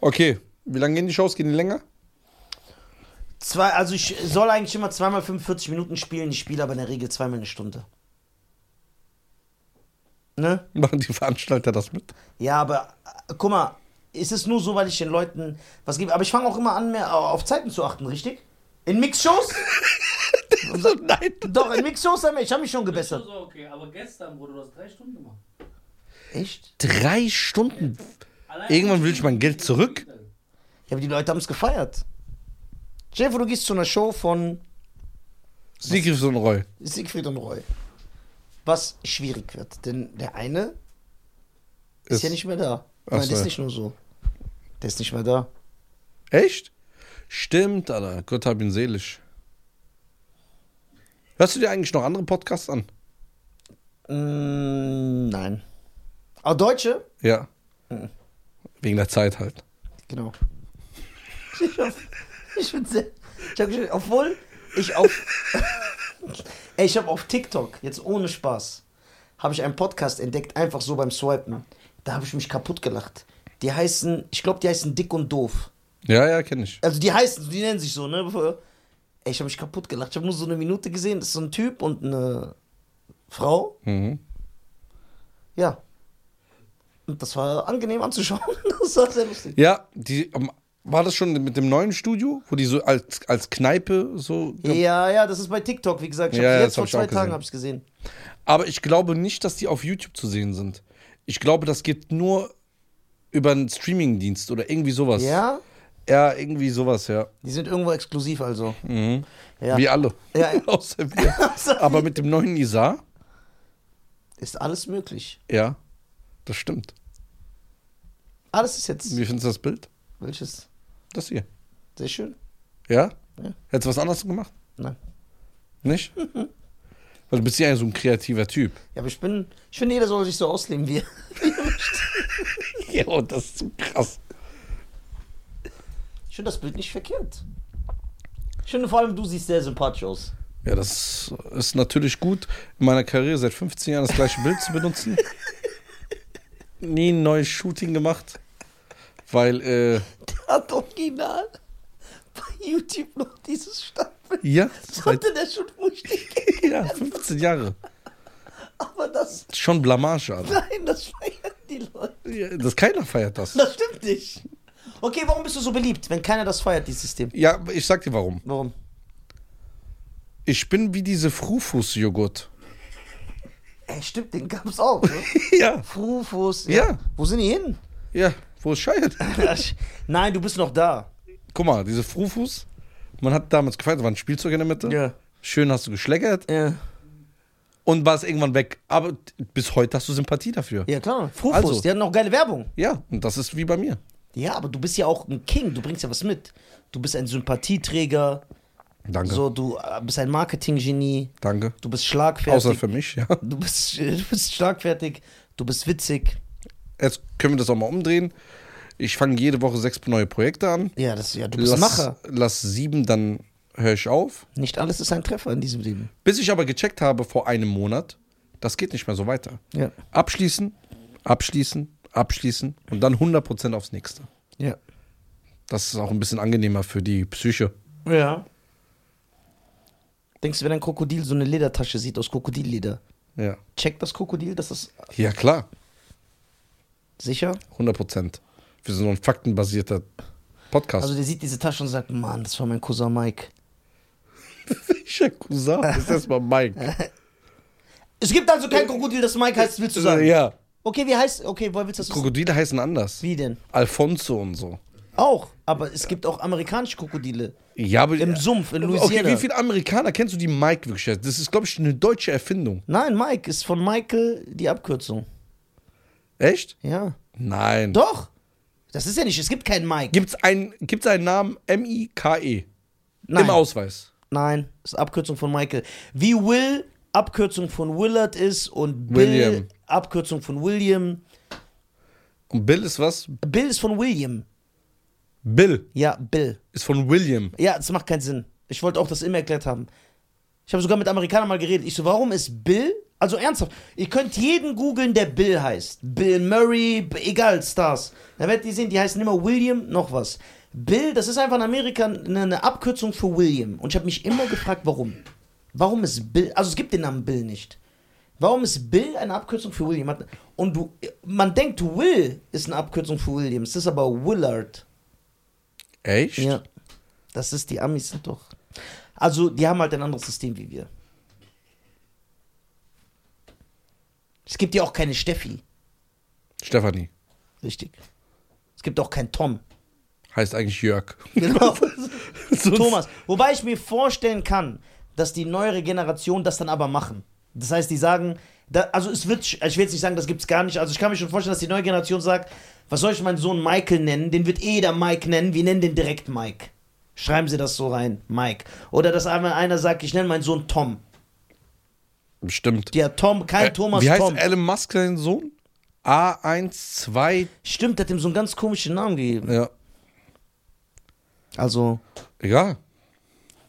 S1: okay, wie lange gehen die Shows? Gehen die länger?
S2: Zwei, also ich soll eigentlich immer zweimal 45 Minuten spielen. Ich spiele aber in der Regel zweimal eine Stunde. Ne?
S1: Machen die Veranstalter das mit?
S2: Ja, aber äh, guck mal, es ist nur so, weil ich den Leuten was gebe. Aber ich fange auch immer an, mehr au- auf Zeiten zu achten, richtig? In Mixshows?
S1: Also, Nein.
S2: Doch, in Mixshows haben wir. Ich habe mich schon
S3: Das
S2: gebessert.
S3: ist okay, aber gestern, Bruder, du hast drei Stunden gemacht.
S2: Echt?
S1: Drei Stunden.
S3: Allein
S1: Irgendwann will ich mein Geld zurück.
S2: Ja, aber die Leute haben es gefeiert. Jeff, du gehst zu einer Show von
S1: Siegfried und Roy.
S2: Siegfried und Roy. Was schwierig wird, denn der eine ist, ja nicht mehr da.
S1: Ach
S2: Nein,
S1: so.
S2: der ist nicht nur so. Der ist nicht mehr da.
S1: Echt? Stimmt, Alter. Gott hab ihn seelisch. Hörst du dir eigentlich noch andere Podcasts an?
S2: Mm, nein. Aber Deutsche?
S1: Ja. Mhm. Wegen der Zeit halt.
S2: Genau. Ich, hab- ich bin sehr. Ich hab, gesch- obwohl ich auf. Ey, ich habe auf TikTok, jetzt ohne Spaß, habe ich einen Podcast entdeckt, einfach so beim Swipen. Da habe ich mich kaputt gelacht. Die heißen, ich glaube, die heißen Dick und Doof.
S1: Ja, ja, kenne ich.
S2: Also die heißen, die nennen sich so, ne? Ey, ich habe mich kaputt gelacht. Ich habe nur so eine Minute gesehen. Das ist so ein Typ und eine Frau.
S1: Mhm.
S2: Ja. Und das war angenehm anzuschauen. Das war sehr lustig.
S1: Ja, die, ähm, war das schon mit dem neuen Studio, wo die so als, als Kneipe so. ähm,
S2: Ja, ja, das ist bei TikTok, wie gesagt. Ich
S1: Ja,
S2: ja,
S1: ja, das
S2: jetzt
S1: hab
S2: vor
S1: ich auch
S2: zwei Tagen
S1: gesehen.
S2: habe ich gesehen.
S1: Aber ich glaube nicht, dass die auf YouTube zu sehen sind. Ich glaube, das geht nur über einen Streamingdienst oder irgendwie sowas.
S2: Ja?
S1: Ja, irgendwie sowas, ja.
S2: Die sind irgendwo exklusiv, also.
S1: ja.
S2: Ja.
S1: Wie alle.
S2: Ja.
S1: Außer wir. Aber mit dem neuen Isar,
S2: ist alles möglich.
S1: ja, das stimmt.
S2: Alles ist jetzt.
S1: Wie findest du das Bild?
S2: Welches?
S1: Das hier.
S2: Sehr schön.
S1: Ja?
S2: Ja.
S1: Hättest du was anderes gemacht?
S2: Nein.
S1: Nicht? Weil du bist ja so ein kreativer Typ.
S2: Ja, aber ich bin. Ich finde, jeder soll sich so ausleben wie er.
S1: Ja, und das ist so krass.
S2: Ich finde das Bild nicht verkehrt. Ich finde vor allem, du siehst sehr sympathisch aus.
S1: Ja, das ist natürlich gut, in meiner Karriere seit 15 Jahren das gleiche Bild zu benutzen. Nie ein neues Shooting gemacht, weil, äh,
S2: Hat original bei YouTube noch dieses Stadtbild.
S1: ja, seit
S2: Sollte der schon wurstig gehen,
S1: ja, 15 Jahre.
S2: aber das.
S1: Schon Blamage, aber.
S2: Nein, das feiern die Leute.
S1: Ja, Das, keiner feiert das.
S2: Das stimmt nicht. Okay, warum bist du so beliebt, wenn keiner das feiert, dieses System?
S1: Ja, ich sag dir warum.
S2: Warum?
S1: Ich bin wie diese Frufus-Joghurt.
S2: Ey, stimmt, den gab's auch. Ne?
S1: Ja,
S2: Frufus.
S1: Ja.
S2: Wo sind die hin?
S1: ja, wo es scheiert.
S2: Nein, du bist noch da.
S1: Guck mal, diese Frufus, man hat damals gefeiert, da war ein Spielzeug in der Mitte.
S2: Ja.
S1: Schön hast du geschleckert
S2: Ja,
S1: und war es irgendwann weg. Aber t- bis heute hast du Sympathie dafür.
S2: ja klar. Frufus,
S1: Also.
S2: die hatten auch geile Werbung.
S1: Ja, und das ist wie bei mir.
S2: Ja, aber du bist ja auch ein King, du bringst ja was mit. Du bist ein Sympathieträger,
S1: Danke.
S2: so, du äh, bist ein Marketinggenie,
S1: Danke.
S2: du bist schlagfertig.
S1: Außer für mich, ja.
S2: du, bist, du bist schlagfertig, du bist witzig.
S1: Jetzt können wir das auch mal umdrehen. Ich fange jede Woche sechs neue Projekte an.
S2: Ja, das, ja du bist
S1: lass,
S2: Macher.
S1: lass sieben, dann höre ich auf.
S2: Nicht alles ist ein Treffer in diesem Leben.
S1: Bis ich aber gecheckt habe vor einem Monat, das geht nicht mehr so weiter.
S2: Ja.
S1: Abschließen, abschließen, abschließen und dann 100% aufs nächste.
S2: Ja.
S1: Das ist auch ein bisschen angenehmer für die Psyche.
S2: Ja. Denkst du, wenn ein Krokodil so eine Ledertasche sieht aus Krokodilleder,
S1: Ja.
S2: checkt das Krokodil, dass das
S1: Ja, klar.
S2: sicher?
S1: 100%. Wir sind so ein faktenbasierter Podcast.
S2: Also der sieht diese Tasche und sagt, Mann, das war mein Cousin Mike.
S1: welcher Cousin? Das ist erstmal Mike.
S2: Es gibt also kein Krokodil, das Mike heißt, willst du sagen?
S1: Äh, Ja.
S2: Okay, wie heißt, okay, woher willst du das wissen?
S1: Krokodile heißen anders.
S2: Wie denn?
S1: Alfonso und so.
S2: Auch, aber es gibt auch amerikanische Krokodile.
S1: Ja, aber
S2: Im Sumpf in
S1: Okay,
S2: Louisiana.
S1: wie viele Amerikaner kennst du, die Mike wirklich heißt? Das ist, glaube ich, eine deutsche Erfindung.
S2: Nein, Mike ist von Michael die Abkürzung.
S1: Echt?
S2: Ja.
S1: Nein.
S2: Doch. Das ist ja nicht, es gibt keinen Mike.
S1: Gibt's einen, gibt's einen Namen M-I-K-E?
S2: Nein.
S1: E. Im Ausweis.
S2: Nein, ist Abkürzung von Michael. Wie Will Abkürzung von Willard ist und Bill
S1: William.
S2: Abkürzung von William.
S1: Und Bill ist was?
S2: Bill ist von William.
S1: Bill
S2: Ja, Bill.
S1: ist von William.
S2: Ja, das macht keinen Sinn. Ich wollte auch das immer erklärt haben. Ich habe sogar mit Amerikanern mal geredet. Ich so, warum ist Bill? Also ernsthaft, ihr könnt jeden googeln, der Bill heißt. Bill Murray, b- egal, Stars. Da werdet ihr sehen, die heißen immer William, noch was. Bill, das ist einfach in Amerika eine, eine Abkürzung für William. Und ich habe mich immer gefragt, warum. Warum ist Bill, also es gibt den Namen Bill nicht. Warum ist Bill eine Abkürzung für William? Hat- Und du, man denkt, Will ist eine Abkürzung für Williams. Das ist aber Willard.
S1: Echt?
S2: Ja. Das ist die Amis sind doch. Also, die haben halt ein anderes System wie wir. Es gibt ja auch keine Steffi,
S1: Stefanie.
S2: richtig. Es gibt auch keinen Tom.
S1: Heißt eigentlich Jörg.
S2: Genau.
S1: Sonst-
S2: Thomas. Wobei ich mir vorstellen kann, dass die neuere Generation das dann aber machen. Das heißt, die sagen, da, also es wird, ich will jetzt nicht sagen, das gibt's gar nicht. Also ich kann mir schon vorstellen, dass die neue Generation sagt, was soll ich meinen Sohn Michael nennen? Den wird eh jeder Mike nennen. Wir nennen den direkt Mike. Schreiben Sie das so rein, Mike. Oder dass einmal einer sagt, ich nenne meinen Sohn Tom.
S1: Bestimmt.
S2: Der Tom, kein
S1: Äh,
S2: Thomas
S1: Wie heißt
S2: Tom.
S1: Elon Musk sein Sohn? A12.
S2: Stimmt, der hat ihm so einen ganz komischen Namen gegeben.
S1: Ja.
S2: Also,
S1: Egal.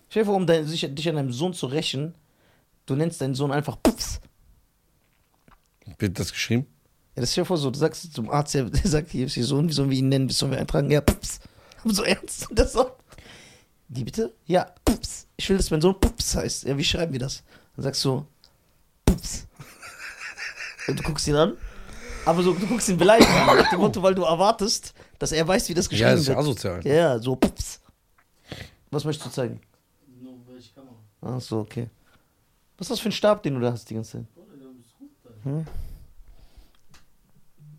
S2: Stell dir vor, um dein, sich, dich an deinem Sohn zu rächen, du nennst deinen Sohn einfach Pfz.
S1: Wird das geschrieben?
S2: Ja, das ist ja vor so, du sagst zum Arzt, der der sagt, hier ist ihr Sohn, wie sollen wir ihn nennen, wie sollen wir eintragen? Ja, pps. Aber so ernst, das so. Die bitte? Ja, Pups. Ich will, dass mein Sohn Pups heißt. Ja, wie schreiben wir das? Dann sagst du Pups. Und du guckst ihn an. Aber so, du guckst ihn beleidigt an, nach dem Motto, weil du erwartest, dass er weiß, wie das
S1: Ja,
S2: geschrieben
S1: das ist
S2: wird.
S1: asozial.
S2: Ja, ja, so Pups. Was möchtest du zeigen?
S3: Nur welche Kamera.
S2: Ach so, okay. Was ist das für ein Stab, den du da hast die ganze Zeit?
S3: Bruder, der ist gut. Alter.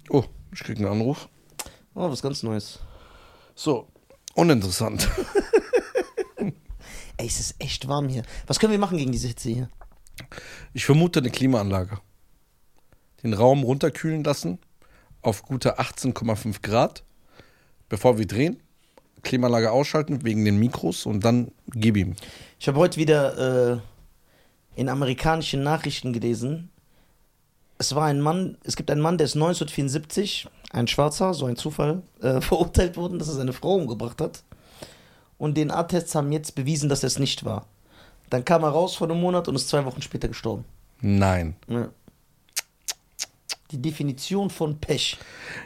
S1: Oh, ich krieg einen Anruf.
S2: Oh, was ganz Neues.
S1: So, uninteressant.
S2: Ey, es ist echt warm hier. Was können wir machen gegen diese Hitze hier?
S1: Ich vermute eine Klimaanlage. Den Raum runterkühlen lassen auf gute 18,5 Grad, bevor wir drehen. Klimaanlage ausschalten wegen den Mikros und dann gib ihm.
S2: Ich habe heute wieder äh, in amerikanischen Nachrichten gelesen. Es war ein Mann, es gibt einen Mann, der ist 1974, ein Schwarzer, so ein Zufall, äh, verurteilt worden, dass er seine Frau umgebracht hat. Und DNA-Tests haben jetzt bewiesen, dass er es nicht war. Dann kam er raus vor einem Monat und ist zwei Wochen später gestorben.
S1: Nein.
S2: Die Definition von Pech.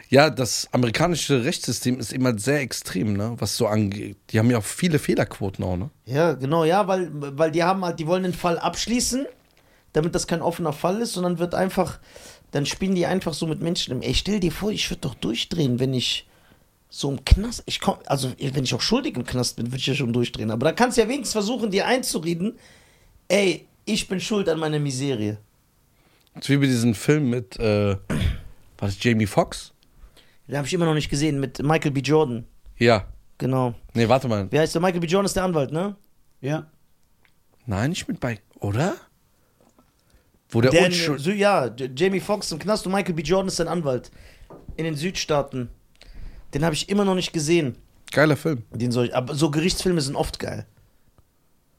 S1: Ja, das amerikanische Rechtssystem ist immer sehr extrem, ne? was so angeht. Die haben ja auch viele Fehlerquoten auch, ne?
S2: Ja, genau, ja, weil, weil die haben halt, die wollen den Fall abschließen, damit das kein offener Fall ist, sondern wird einfach, dann spielen die einfach so mit Menschen im. Ey, stell dir vor, ich würde doch durchdrehen, wenn ich so im Knast, ich komm, also wenn ich auch schuldig im Knast bin, würde ich ja schon durchdrehen. Aber da kannst du ja wenigstens versuchen, dir einzureden, ey, ich bin schuld an meiner Miserie.
S1: Das ist wie bei diesem Film mit, äh, war das Jamie Foxx?
S2: Den habe ich immer noch nicht gesehen mit Michael B. Jordan.
S1: Ja.
S2: Genau.
S1: Nee, warte mal.
S2: Wie heißt der? Michael B. Jordan ist der Anwalt, ne?
S3: Ja.
S1: Nein, nicht mit bei, oder? Wo der,
S2: Der in,
S1: Unschuld.
S2: Sü- ja, J- Jamie Foxx im Knast und Michael B. Jordan ist sein Anwalt. In den Südstaaten. Den habe ich immer noch nicht gesehen.
S1: Geiler Film.
S2: Den soll ich, aber so Gerichtsfilme sind oft geil.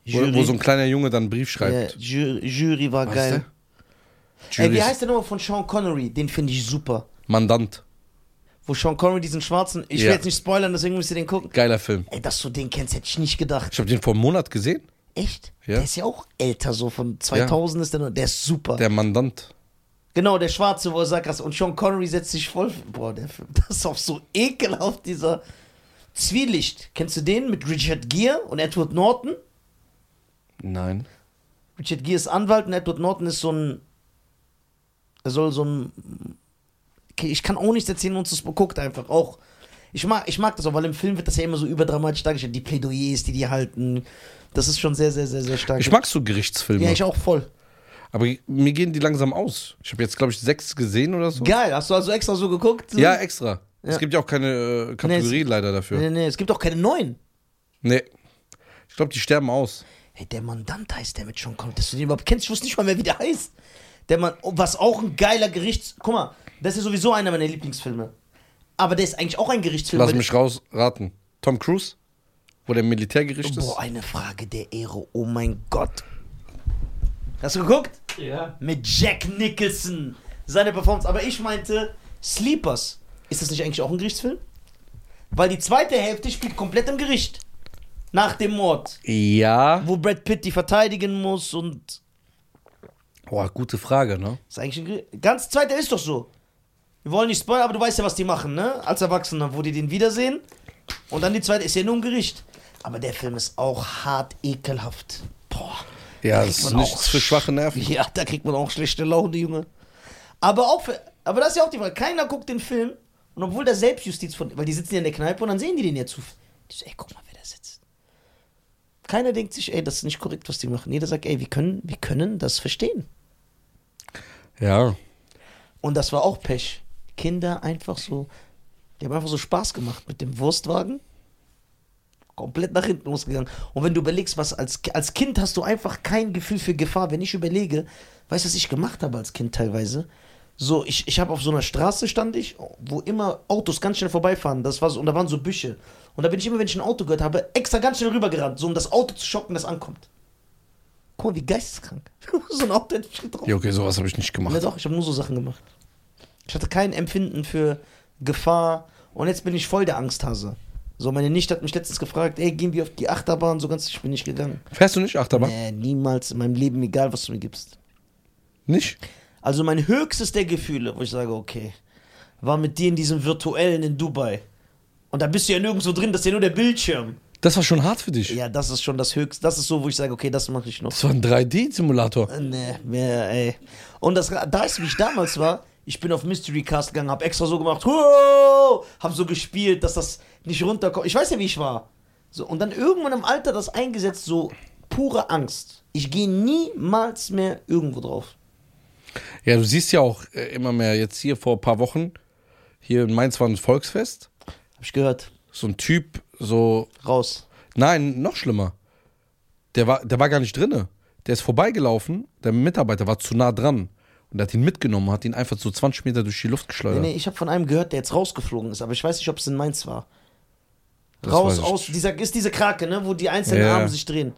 S1: Wo, wo so ein kleiner Junge dann einen Brief
S2: ja,
S1: schreibt.
S2: Ju- Jury war
S1: Was
S2: geil.
S1: ist der?
S2: Ey,
S1: Jury
S2: wie
S1: ist
S2: heißt der nochmal von Sean Connery? Den finde ich super.
S1: Mandant.
S2: Wo Sean Connery diesen schwarzen. Ich
S1: Ja.
S2: will jetzt nicht spoilern, deswegen müsst ihr den gucken.
S1: Geiler Film.
S2: Ey, dass du den kennst, hätte ich nicht gedacht.
S1: Ich habe den vor einem Monat gesehen.
S2: Echt?
S1: Ja.
S2: Der ist ja auch älter, so von 2000 ist der noch. Der ist super.
S1: Der Mandant.
S2: Genau, der Schwarze, wo er sagt, krass. Und Sean Connery setzt sich voll. Boah, der Film, das ist auch so ekelhaft, dieser Zwielicht. Kennst du den mit Richard Gere und Edward Norton?
S1: Nein.
S2: Richard Gere ist Anwalt und Edward Norton ist so ein. Er soll so ein. Okay, ich kann auch nichts erzählen, uns das guckt einfach auch. Ich mag, ich mag das auch, weil im Film wird das ja immer so überdramatisch dargestellt. Die Plädoyers, die die halten. Das ist schon sehr, sehr, sehr, sehr stark.
S1: Ich mag so Gerichtsfilme.
S2: ja, ich auch voll.
S1: aber mir gehen die langsam aus. Ich habe jetzt, glaube ich, sechs gesehen oder so.
S2: Geil, hast du also extra so geguckt?
S1: Ja, extra. Es
S2: Ja.
S1: gibt ja auch keine äh, Kategorie
S2: Nee,
S1: leider dafür.
S2: Nee, nee, es gibt auch keine neuen.
S1: Nee. Ich glaube, die sterben aus.
S2: Hey, der Mandant heißt der mit Sean Connery. Dass du den überhaupt kennst, ich wusste nicht mal mehr, wie der heißt. Der Mann, oh, was auch ein geiler Gerichts... Guck mal, das ist sowieso einer meiner Lieblingsfilme. Aber der ist eigentlich auch ein Gerichtsfilm.
S1: Lass
S2: weil-
S1: mich raus raten. Tom Cruise, wo der im Militärgericht ist.
S2: Boah, eine Frage der Ehre. Oh mein Gott. Hast du geguckt?
S3: Ja.
S2: Mit Jack Nicholson. Seine Performance. Aber ich meinte, Sleepers. Ist das nicht eigentlich auch ein Gerichtsfilm? Weil die zweite Hälfte spielt komplett im Gericht. Nach dem Mord.
S1: Ja.
S2: Wo Brad Pitt die verteidigen muss und
S1: Boah, gute Frage, ne?
S2: Ist eigentlich ein Grill. Ganz zweiter ist doch so. Wir wollen nicht spoilern, aber du weißt ja, was die machen, ne? Als Erwachsener, wo die den wiedersehen. Und dann die zweite ist ja nur im Gericht. Aber der Film ist auch hart ekelhaft. Boah.
S1: Ja,
S2: Da
S1: das
S2: kriegt
S1: ist
S2: man
S1: nichts
S2: auch
S1: für schwache Nerven.
S2: Ja, da kriegt man auch schlechte Laune, Junge. Aber auch für, aber das ist ja auch die Frage. Keiner guckt den Film. Und obwohl da Selbstjustiz von, weil die sitzen ja in der Kneipe und dann sehen die den ja zu. Die so, ey, guck mal, wer da sitzt. Keiner denkt sich, ey, das ist nicht korrekt, was die machen. Jeder sagt, ey, wir können, wir können das verstehen.
S1: Ja.
S2: Und das war auch Pech. Kinder einfach so, die haben einfach so Spaß gemacht mit dem Wurstwagen. Komplett nach hinten losgegangen. Und wenn du überlegst, was als, Ki- als Kind hast du einfach kein Gefühl für Gefahr. Wenn ich überlege, weißt du, was ich gemacht habe als Kind teilweise? So, ich, ich habe auf so einer Straße stand ich, wo immer Autos ganz schnell vorbeifahren. Das war so, und da waren so Büsche. Und da bin ich immer, wenn ich ein Auto gehört habe, extra ganz schnell rübergerannt, so um das Auto zu schocken, das ankommt. Guck mal, wie geisteskrank. so ein Auto hätte ich getroffen.
S1: Ja, okay, sowas habe ich nicht
S2: Ja
S1: gemacht.
S2: doch, ich habe nur so Sachen gemacht. Ich hatte kein Empfinden für Gefahr und jetzt bin ich voll der Angsthase. So, meine Nichte hat mich letztens gefragt, ey, gehen wir auf die Achterbahn? So ganz, ich bin nicht gegangen.
S1: Fährst du nicht Achterbahn?
S2: Nee, niemals in meinem Leben, egal was du mir gibst.
S1: Nicht?
S2: Also mein höchstes der Gefühle, wo ich sage, okay, war mit dir in diesem virtuellen in Dubai. Und da bist du ja nirgendwo drin, das ist ja nur der Bildschirm.
S1: Das war schon hart für dich.
S2: Ja, das ist schon das Höchste. Das ist so, wo ich sage, okay, das mache ich noch.
S1: Das war ein 3D-Simulator.
S2: Äh, Nee, mehr, ey. Und das, da ist, wie ich damals war, ich bin auf Mystery Cast gegangen, hab extra so gemacht, "Huo!" hab so gespielt, dass das nicht runterkommt. Ich weiß ja, wie ich war. So, und dann irgendwann im Alter das eingesetzt, so pure Angst. Ich gehe niemals mehr irgendwo drauf.
S1: Ja, du siehst ja auch äh, immer mehr jetzt hier vor ein paar Wochen, hier in Mainz war ein Volksfest.
S2: Hab ich gehört.
S1: So ein Typ, so,
S2: Raus.
S1: nein, noch schlimmer. Der war, der war gar nicht drinne. Der ist vorbeigelaufen, der Mitarbeiter war zu nah dran. Und der hat ihn mitgenommen, hat ihn einfach so 20 Meter durch die Luft
S2: Nee,
S1: geschleudert.
S2: nee, ich habe von einem gehört, der jetzt rausgeflogen ist, aber ich weiß nicht, ob es in Mainz war.
S1: Das weiß
S2: Raus
S1: ich
S2: aus,
S1: nicht.
S2: dieser ist diese Krake, ne, wo die einzelnen
S1: Ja.
S2: Arme sich drehen.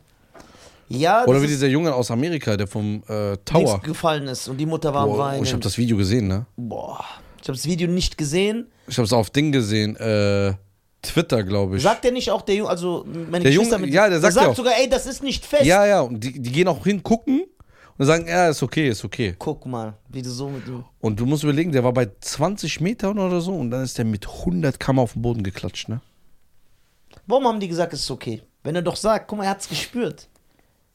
S2: Ja,
S1: Oder
S2: das
S1: wie
S2: ist-
S1: dieser Junge aus Amerika, der vom äh,
S2: nichts
S1: Tower.
S2: gefallen ist und die Mutter war am
S1: Oh,
S2: Weinen.
S1: ich habe das Video gesehen, ne?
S2: Boah. Ich habe das Video nicht gesehen.
S1: Ich habe es auf Ding gesehen, äh, Twitter, glaube ich.
S2: Sagt der nicht auch, der Junge, also meine
S1: Der
S2: Geschwister
S1: Junge-
S2: mit.
S1: ja, der sagt ja auch.
S2: sogar, ey, das ist nicht fest.
S1: ja, ja, und die, die gehen auch hin, gucken und sagen, ja, ist okay, ist okay.
S2: Guck mal, wie du so mit ihm.
S1: Und du musst überlegen, der war bei 20 Metern oder so und dann ist der mit 100 Kammer auf den Boden geklatscht, ne?
S2: Warum haben die gesagt, es ist okay? Wenn er doch sagt, guck mal, er hat's gespürt.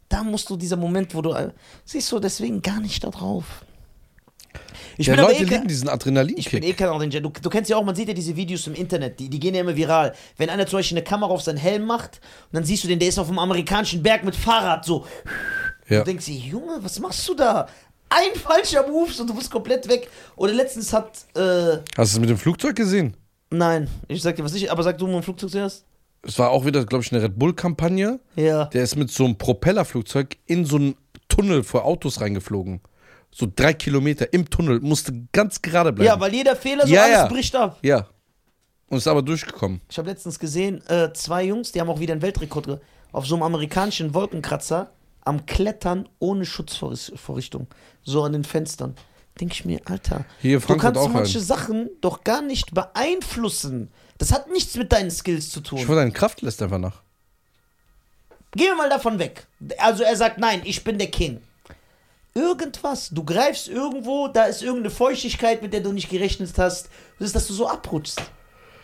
S2: Da musst du dieser Moment, wo du. äh, Siehst du, deswegen gar nicht da drauf. Ich
S1: Ja,
S2: bin aber
S1: Leute
S2: eh kein-
S1: lieben diesen
S2: Ich bin
S1: Adrenalinkick.
S2: eh kein Adrenalin. Du, du kennst ja auch, man sieht ja diese Videos im Internet, die, die gehen ja immer viral. Wenn einer zum Beispiel eine Kamera auf seinen Helm macht und dann siehst du den, der ist auf dem amerikanischen Berg mit Fahrrad so.
S1: ja.
S2: Du denkst dir, Junge, was machst du da? Ein falscher Move und du bist komplett weg. Oder letztens hat, äh,
S1: Hast du es mit dem Flugzeug gesehen?
S2: nein, ich sag dir was nicht, aber sag du mal im Flugzeug zuerst.
S1: Es war auch wieder, glaube ich, eine Red Bull-Kampagne.
S2: Ja.
S1: Der ist mit so einem Propellerflugzeug in so einen Tunnel vor Autos reingeflogen. So drei Kilometer im Tunnel, musste ganz gerade bleiben.
S2: Ja, weil jeder Fehler so
S1: Ja,
S2: alles
S1: ja.
S2: bricht ab.
S1: Ja. Und ist aber durchgekommen.
S2: Ich habe letztens gesehen, äh, zwei Jungs, die haben auch wieder einen Weltrekord ge- auf so einem amerikanischen Wolkenkratzer am Klettern ohne Schutzvorrichtung. So an den Fenstern. Denke ich mir, Alter,
S1: Hier,
S2: du
S1: Frankfurt
S2: kannst
S1: auch
S2: manche
S1: einen.
S2: Sachen doch gar nicht beeinflussen. Das hat nichts mit deinen Skills zu
S1: Ich
S2: tun.
S1: wollte deinen Kraft lässt einfach nach.
S2: Gehen wir mal davon weg. Also er sagt, nein, ich bin der King. Irgendwas, du greifst irgendwo, da ist irgendeine Feuchtigkeit, mit der du nicht gerechnet hast. Das ist, dass du so abrutschst.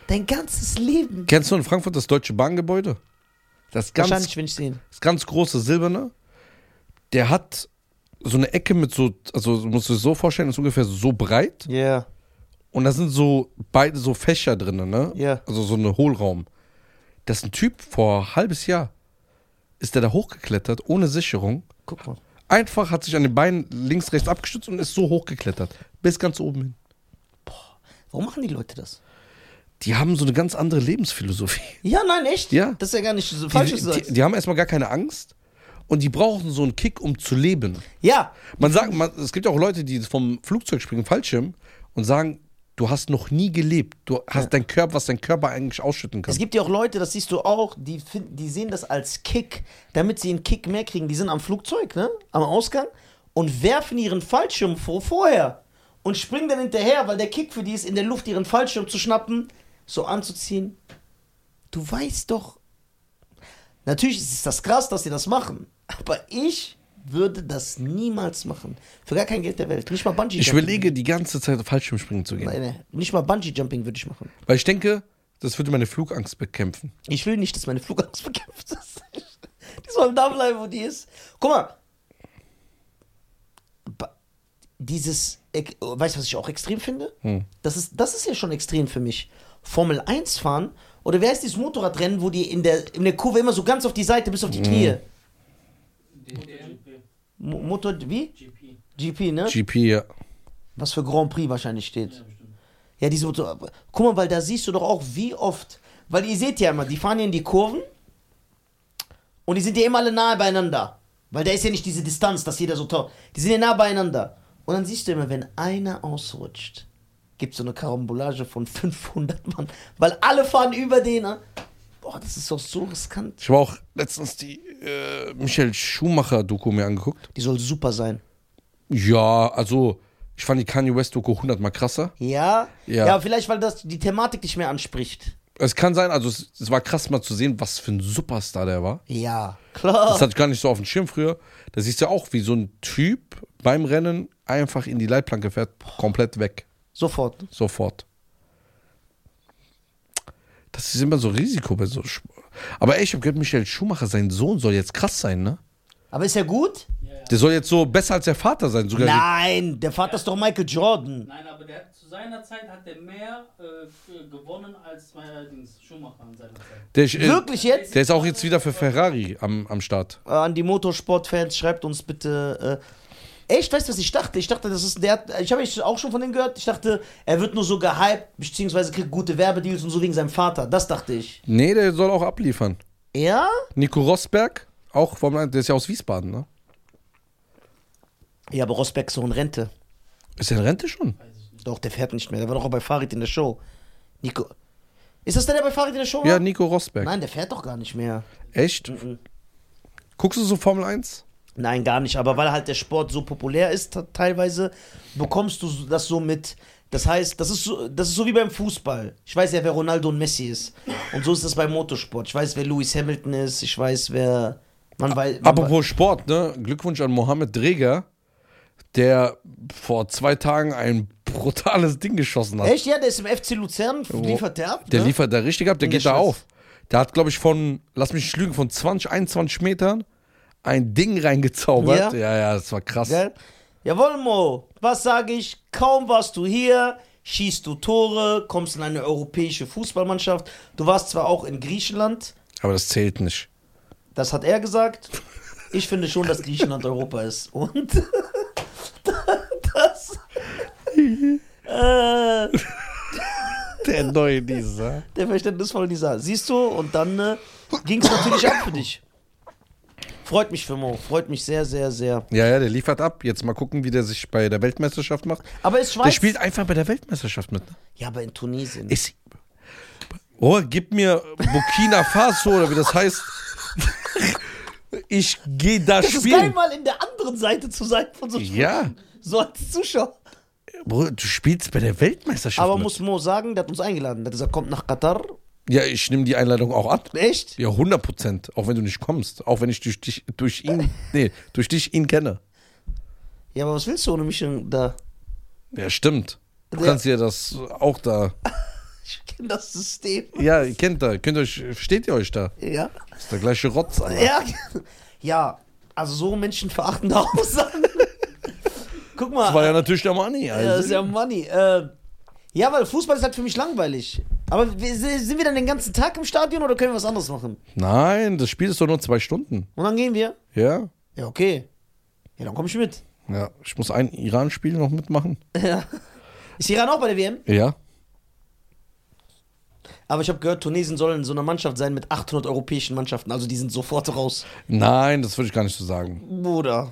S2: Dein ganzes Leben.
S1: Kennst du in Frankfurt das Deutsche Bahngebäude? Das ganz
S2: Wahrscheinlich, wenn ich sehen.
S1: das ganz große Silberne, der hat so eine Ecke mit so, also musst du es so vorstellen, ist ungefähr so breit
S2: Ja.
S1: und da sind so beide so Fächer drin, ne?
S2: Ja.
S1: Also so eine Hohlraum. Das ist ein Typ vor ein halbes Jahr. Ist der da hochgeklettert, ohne Sicherung.
S2: Guck mal.
S1: Einfach hat sich an den Beinen links, rechts abgestützt und ist so hochgeklettert. Bis ganz oben hin.
S2: Warum machen die Leute das?
S1: Die haben so eine ganz andere Lebensphilosophie.
S2: Ja, nein, echt?
S1: Ja.
S2: Das ist ja gar nicht so falsch.
S1: Die,
S2: was du sagst.
S1: die, die haben erstmal gar keine Angst und die brauchen so einen Kick, um zu leben.
S2: ja,
S1: Man sagt, man, es gibt ja auch Leute, die vom Flugzeug springen, Fallschirm, und sagen, du hast noch nie gelebt. Du hast dein Körper, was dein Körper eigentlich ausschütten kann.
S2: es gibt ja auch Leute, das siehst du auch, die, finden, die sehen das als Kick, damit sie einen Kick mehr kriegen. Die sind am Flugzeug, ne? Am Ausgang und werfen ihren Fallschirm vor, vorher und springen dann hinterher, weil der Kick für die ist, in der Luft ihren Fallschirm zu schnappen, so anzuziehen. Du weißt doch. Natürlich ist es das krass, dass sie das machen, aber ich würde das niemals machen. Für gar kein Geld der Welt. Nicht mal Bungee.
S1: ich überlege die ganze Zeit Fallschirmspringen zu gehen.
S2: Nein, nein. Nicht mal Bungee-Jumping würde ich machen.
S1: Weil ich denke, das würde meine Flugangst bekämpfen.
S2: Ich will nicht, dass meine Flugangst bekämpft ist. Die soll da bleiben, wo die ist. Guck mal. Ba- Dieses, ek- weißt du, was ich auch extrem finde? Das, ist, das ist ja schon extrem für mich. Formel 1 fahren oder wer ist dieses Motorradrennen, wo die in der, in der Kurve immer so ganz auf die Seite bis auf die Knie.
S3: DTM,
S2: Mo- Motor, wie?
S3: GP.
S2: GP, ne?
S1: GP, ja.
S2: was für Grand Prix wahrscheinlich steht.
S3: Ja, bestimmt.
S2: Ja, diese Motor. Guck mal, weil da siehst du doch auch, wie oft. Weil ihr seht ja immer, die fahren ja in die Kurven und die sind ja immer alle nahe beieinander. Weil da ist ja nicht diese Distanz, dass jeder so taucht. Die sind ja nah beieinander. Und dann siehst du immer, wenn einer ausrutscht, gibt es so eine Karambolage von 500 Mann. Weil alle fahren über den. ne? Boah, das ist doch so riskant.
S1: Ich habe auch letztens die äh, Michael Schumacher-Doku mir angeguckt.
S2: Die soll super sein.
S1: Ja, also, ich fand die Kanye West-Doku 100 mal krasser.
S2: Ja?
S1: Ja.
S2: Ja, vielleicht, weil das die Thematik nicht mehr anspricht.
S1: Es kann sein, also, es, es war krass mal zu sehen, was für ein Superstar der war.
S2: Ja, klar.
S1: Das hatte ich gar nicht so auf dem Schirm früher. Da siehst du auch, wie so ein Typ beim Rennen einfach in die Leitplanke fährt, komplett weg,
S2: Sofort.
S1: sofort. Das ist immer so Risiko bei so Sport. Aber ey, ich hab gehört, Michael Schumacher, sein Sohn soll jetzt krass sein, ne?
S2: Aber ist er gut?
S3: Ja, ja.
S1: Der soll jetzt so besser als der Vater sein. Sogar
S2: Nein, der Vater ist doch Michael Jordan.
S3: Nein, aber der, zu seiner Zeit hat der mehr äh, g- gewonnen als äh, Dings Schumacher in seiner Zeit.
S1: der, ist- äh,
S2: Wirklich jetzt?
S1: der ist auch jetzt wieder für Ferrari am, am Start.
S2: Äh, an die Motorsportfans, schreibt uns bitte. Äh, echt, weißt du, was ich dachte? Ich dachte, das ist der. hat- Ich habe echt auch schon von dem gehört. Ich dachte, er wird nur so gehypt, beziehungsweise kriegt gute Werbedeals und so wegen seinem Vater. Das dachte ich.
S1: Nee, der soll auch abliefern.
S2: Ja?
S1: Nico Rosberg, auch vom Land, der ist ja aus Wiesbaden, ne?
S2: Ja, aber Rosberg ist so in Rente.
S1: Ist er in Rente schon?
S3: Weiß ich nicht.
S2: Doch, der fährt nicht mehr. Der war doch auch bei Farid in der Show. Nico. Ist das der, der bei Farid in der Show war?
S1: Ja, Nico Rosberg.
S2: Nein, der fährt doch gar nicht mehr.
S1: Echt? Guckst du so Formel 1?
S2: Nein, gar nicht. Aber weil halt der Sport so populär ist, te- teilweise bekommst du so- das so mit. Das heißt, das ist, so, das ist so wie beim Fußball. Ich weiß ja, wer Ronaldo und Messi ist. Und so ist das beim Motorsport. Ich weiß, wer Lewis Hamilton ist. Ich weiß, wer. Man weiß. Man wei-
S1: Apropos Sport, ne? Glückwunsch an Mohamed Dreger, der vor zwei Tagen ein brutales Ding geschossen hat.
S2: Echt? Ja, der ist im FC Luzern. Liefert der ab?
S1: Oh, Der
S2: ne?
S1: liefert da richtig ab, der
S2: In der
S1: geht da
S2: Schweiz.
S1: auf. Der hat, glaube ich, von, lass mich nicht lügen, von 20, 21 Metern ein Ding reingezaubert.
S2: Ja.
S1: Ja, ja, das war krass.
S2: Gell? Jawohl, Mo. Was sage ich? Kaum warst du hier, schießt du Tore, kommst in eine europäische Fußballmannschaft. Du warst zwar auch in Griechenland,
S1: Aber das zählt nicht.
S2: Das hat er gesagt. Ich finde schon, dass Griechenland Europa ist. Und das. Äh,
S1: Der neue dieser.
S2: der verständnisvolle Nisa. Siehst du, und dann äh, ging es natürlich ab für dich. Freut mich für Mo. Freut mich sehr, sehr, sehr.
S1: Ja, ja, der liefert ab. Jetzt mal gucken, wie der sich bei der Weltmeisterschaft macht.
S2: Aber ist Schweiz.
S1: Der spielt einfach bei der Weltmeisterschaft mit. ne?
S2: ja, aber in Tunesien.
S1: Ist. Oh, gib mir Burkina Faso oder wie das heißt. Ich gehe da
S2: Es ist geil,
S1: spielen.
S2: mal in der anderen Seite zu sein von so,
S1: Ja,
S2: so als Zuschauer.
S1: Bruder, du spielst bei der Weltmeisterschaft.
S2: Aber
S1: mit.
S2: muss Mo sagen, der hat uns eingeladen. Der hat gesagt, kommt nach Katar.
S1: ja, ich nehme die Einladung auch an.
S2: Echt?
S1: Ja, 100 Prozent. Auch wenn du nicht kommst. Auch wenn ich durch dich, durch ihn, nee, durch dich ihn kenne.
S2: Ja, aber was willst du ohne mich denn da?
S1: Ja, stimmt. Du
S2: Ja.
S1: kannst ja das auch da.
S2: Ich kenne das System.
S1: Ja, ihr kennt da. Könnt ihr euch, versteht ihr euch da?
S2: Ja.
S1: Ist der gleiche Rotz. Alter.
S2: Ja, ja, also so menschenverachtende Aussagen. Guck mal,
S1: Das war ja natürlich der Money.
S2: äh, das ist
S1: Also.
S2: ja Money. Äh, ja, weil Fußball ist halt für mich langweilig. Aber wir- se- sind wir dann den ganzen Tag im Stadion oder können wir was anderes machen?
S1: Nein, das Spiel ist doch nur zwei Stunden.
S2: Und dann gehen wir?
S1: Ja?
S2: Ja, okay. Ja, dann komm ich mit.
S1: Ja. Ich muss ein Iran-Spiel noch mitmachen.
S2: Ja. Ist Iran auch bei der WM?
S1: Ja.
S2: Aber ich habe gehört, Tunesien soll in so einer Mannschaft sein mit 800 europäischen Mannschaften. Also die sind sofort raus.
S1: Nein, das würde ich gar nicht so sagen.
S2: Bruder.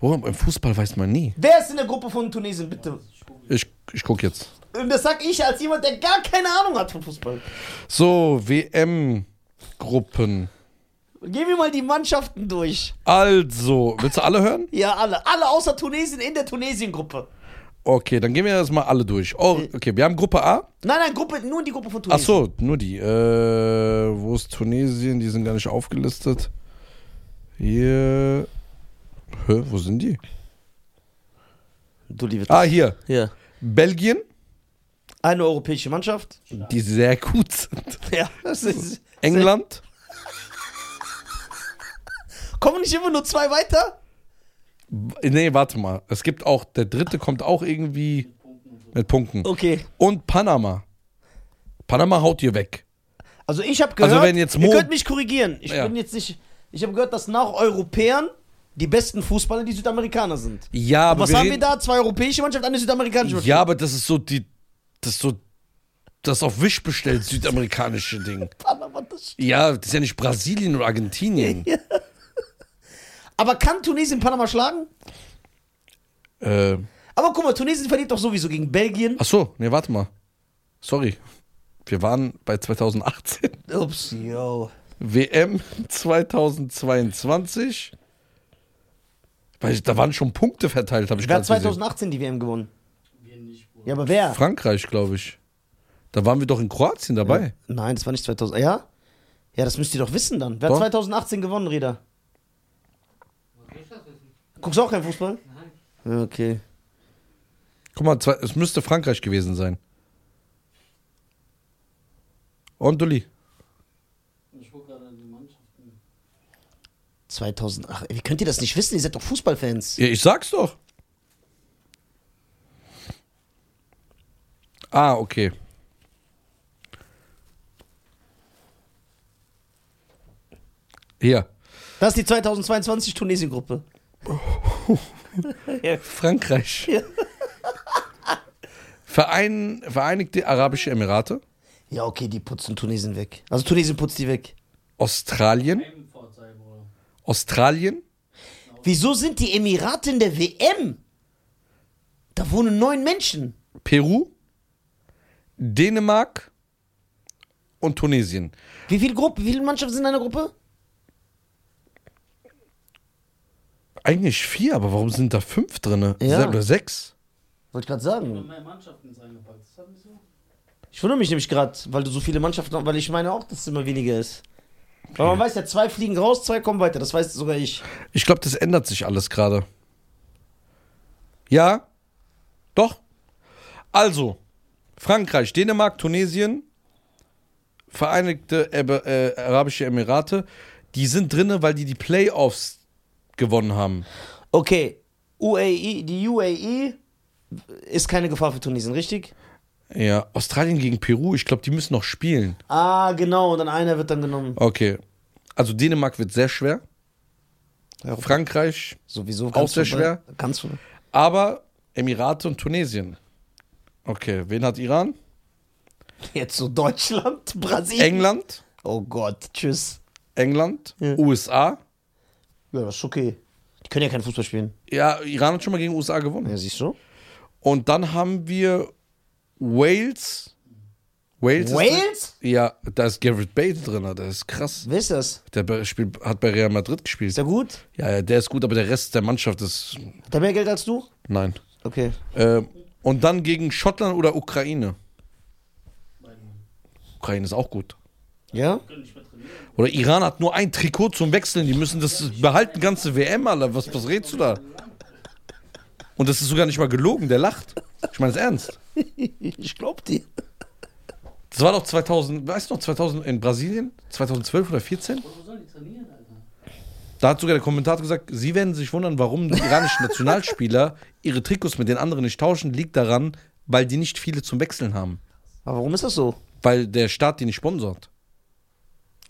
S1: Warum? Im Fußball weiß man nie.
S2: Wer ist in der Gruppe von Tunesien, bitte?
S1: Ich, ich gucke jetzt.
S2: Und das sag ich als jemand, der gar keine Ahnung hat von Fußball.
S1: So, WM-Gruppen.
S2: Gehen wir mal die Mannschaften durch.
S1: Also, willst du alle hören?
S2: Ja, alle. Alle außer Tunesien in der Tunesien-Gruppe.
S1: Okay, dann gehen wir das mal alle durch. Oh, okay, wir haben Gruppe A.
S2: Nein, nein, Gruppe, nur die Gruppe von
S1: Ach
S2: Tunesien.
S1: so, nur die. Äh, wo ist Tunesien? Die sind gar nicht aufgelistet. Hier. Hä, wo sind die?
S2: Du liebe
S1: Ah, hier.
S2: Ja.
S1: Belgien,
S2: Eine europäische Mannschaft.
S1: die sehr gut sind.
S2: Ja, das ist.
S1: England,
S2: Kommen nicht immer nur zwei weiter?
S1: nee, warte mal. Es gibt auch, der dritte kommt auch irgendwie mit Punkten.
S2: Okay.
S1: Und Panama. Panama haut hier weg.
S2: Also ich habe gehört.
S1: Also wenn jetzt Mo-
S2: ihr könnt mich korrigieren. Ich
S1: Ja.
S2: bin jetzt nicht. Ich habe gehört, dass nach Europäern die besten Fußballer die Südamerikaner sind.
S1: Ja, aber
S2: Was haben wir
S1: reden-
S2: da? Zwei europäische Mannschaften, eine südamerikanische Mannschaft.
S1: Ja, aber das ist so die, das ist so, das auf Wisch bestellt südamerikanische Ding.
S2: Panama, das
S1: Ja, das ist ja nicht Brasilien oder Argentinien.
S2: aber kann Tunesien Panama schlagen?
S1: Äh,
S2: Aber guck mal, Tunesien verliert doch sowieso gegen Belgien.
S1: ach so, nee, warte mal. Sorry. Wir waren bei 2018.
S2: Ups, yo.
S1: WM 2022. Weil ich, da waren schon Punkte verteilt, habe ich
S2: Wer hat
S1: gerade gesehen.
S2: 2018 die WM gewonnen?
S3: Wir nicht, Bruder.
S2: Ja, aber wer?
S1: Frankreich, glaube ich. Da waren wir doch in Kroatien dabei.
S2: Nein, das war nicht 2000. Ja? Ja, das müsst ihr doch wissen dann. Wer hat
S1: Doch.
S2: 2018 gewonnen, Reda? Guckst du auch keinen Fußball? Nein. Okay.
S1: Guck mal, zwei, es müsste Frankreich gewesen sein. Und Dulli.
S3: Ich guck
S2: 2008. Wie könnt ihr das nicht wissen? Ihr seid doch Fußballfans.
S1: Ja, ich sag's doch. Ah, okay. Hier,
S2: Das ist die 2022 Tunesien-Gruppe. ja.
S1: Frankreich. Verein, Vereinigte Arabische Emirate,
S2: ja, okay, die putzen Tunesien weg. Also Tunesien putzt die weg.
S1: Australien,
S3: Ein Vorteil, Bruder.
S1: Australien,
S2: Wieso sind die Emirate in der WM? Da wohnen neun Menschen.
S1: Peru, Dänemark und Tunesien.
S2: Wie viele Gruppen, wie viele Mannschaften sind in einer Gruppe?
S1: Eigentlich vier, aber warum sind da fünf drin?
S2: Ja.
S1: Oder sechs?
S2: Wollte ich gerade
S3: Nur
S2: sagen.
S3: mehr Mannschaften ist eingepackt. Das haben wir so.
S2: Ich wundere mich nämlich gerade, weil du so viele Mannschaften hast, weil ich meine auch, dass es immer weniger ist. Weil man weiß ja, zwei fliegen raus, zwei kommen weiter. Das weiß sogar ich.
S1: Ich glaube, das ändert sich alles gerade. Ja? Doch? Also, Frankreich, Dänemark, Tunesien, Vereinigte Ebe- äh, Arabische Emirate, die sind drinne, weil die die Playoffs gewonnen haben.
S2: Okay, UAE, die UAE ist keine Gefahr für Tunesien, richtig?
S1: Ja, Australien gegen Peru, ich glaube, die müssen noch spielen.
S2: Ah, genau, und dann einer wird dann genommen.
S1: Okay. Also Dänemark wird sehr schwer.
S2: Ja,
S1: Frankreich,
S2: Sowieso
S1: Auch sehr
S2: vorbei- Ganz vorbei.
S1: aber Emirate und Tunesien. Okay, wen hat Iran?
S2: Jetzt so Deutschland, Brasilien.
S1: England,
S2: Oh Gott, tschüss.
S1: England,
S2: Ja.
S1: USA.
S2: Ja, das ist okay. Die können ja keinen Fußball spielen.
S1: Ja, Iran hat schon mal gegen USA gewonnen.
S2: Ja, siehst du?
S1: Und dann haben wir Wales. Wales? Ist
S2: Wales?
S1: drin. ja, da ist Gareth Bale drin, Alter, das ist krass.
S2: Wer ist das?
S1: Der be- spielt, hat bei Real Madrid gespielt.
S2: Ist der gut?
S1: Ja, ja, der ist gut, aber der Rest der Mannschaft ist.
S2: Hat er mehr Geld als du?
S1: Nein.
S2: Okay.
S1: Ähm, und dann gegen Schottland oder Ukraine.
S3: Beiden.
S1: Ukraine ist auch gut.
S2: Ja?
S3: Können nicht mehr trainieren.
S1: Oder Iran hat nur ein Trikot zum Wechseln. Die müssen das behalten, ganze WM, Alter. Was, was redest du da? Und das ist sogar nicht mal gelogen, der lacht. Ich meine es ernst.
S2: Ich glaub dir.
S1: Das war doch 2000, weißt du noch, 2000 in Brasilien? 2012 oder 14?
S3: Wo sollen die trainieren, Alter?
S1: Da hat sogar der Kommentator gesagt, sie werden sich wundern, warum die iranischen Nationalspieler ihre Trikots mit den anderen nicht tauschen, liegt daran, weil die nicht viele zum Wechseln haben.
S2: Aber warum ist das so?
S1: Weil der Staat die nicht sponsort.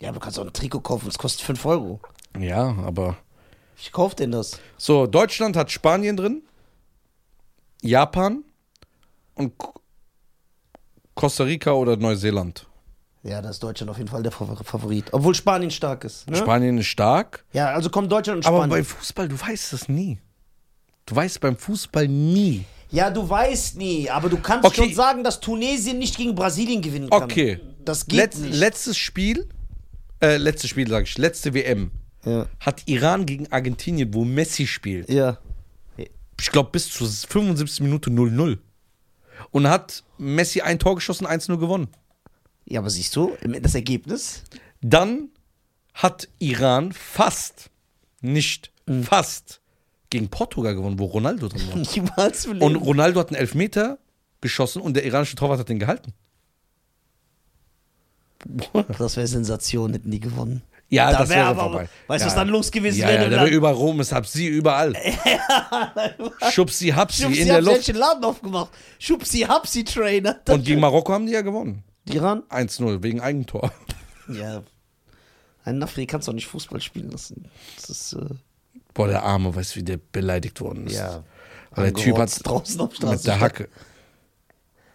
S2: Ja, aber du kannst auch ein Trikot kaufen, es kostet 5 Euro.
S1: Ja, aber.
S2: Ich kauf denn das.
S1: So, Deutschland hat Spanien drin, Japan und K Costa Rica oder Neuseeland.
S2: Ja, da ist Deutschland auf jeden Fall der Favor- Favorit. Obwohl Spanien stark ist. Ne?
S1: Spanien ist stark,
S2: ja, also kommen Deutschland und
S1: aber
S2: Spanien.
S1: bei Fußball, du weißt das nie. Du weißt beim Fußball nie.
S2: ja, du weißt nie, aber du kannst
S1: Okay.
S2: schon sagen, dass Tunesien nicht gegen Brasilien gewinnen kann.
S1: Okay.
S2: Das geht
S1: Letz,
S2: nicht.
S1: letztes Spiel, äh, letztes Spiel sage ich, letzte WM
S2: ja.
S1: hat Iran gegen Argentinien, wo Messi spielt.
S2: ja.
S1: Ich glaube bis zur 75. Minute 0-0. Und hat Messi ein Tor geschossen, 1-0 gewonnen.
S2: Ja, aber siehst du, das Ergebnis?
S1: Dann hat Iran fast, nicht
S2: Mhm.
S1: fast, gegen Portugal gewonnen, wo Ronaldo drin war.
S2: Niemals im
S1: Und
S2: Leben.
S1: Ronaldo hat einen Elfmeter geschossen und der iranische Torwart hat den gehalten.
S2: Das wäre Sensation, hätten die gewonnen.
S1: Ja,
S2: Da
S1: das
S2: wär
S1: wäre
S2: aber-
S1: vorbei.
S2: weißt
S1: ja.
S2: du, was dann los gewesen
S1: ja,
S2: wäre
S1: Ja,
S2: im
S1: da wäre
S2: Land?
S1: über Rom, es hab sie überall. Schubsi, Hapsi in der Luft.
S2: den Laden aufgemacht. Schubsi, Hapsi, Trainer.
S1: Und gegen Marokko haben die ja gewonnen.
S2: Iran?
S1: 1-0, wegen Eigentor.
S2: Ja. Ein Nafri kannst du auch nicht Fußball spielen lassen. Das ist, äh,
S1: Boah, der Arme, weißt du, wie der beleidigt worden ist.
S2: Ja.
S1: Weil der Typ hat
S2: Angerotzt draußen auf Straße
S1: mit der
S2: stand.
S1: Hacke.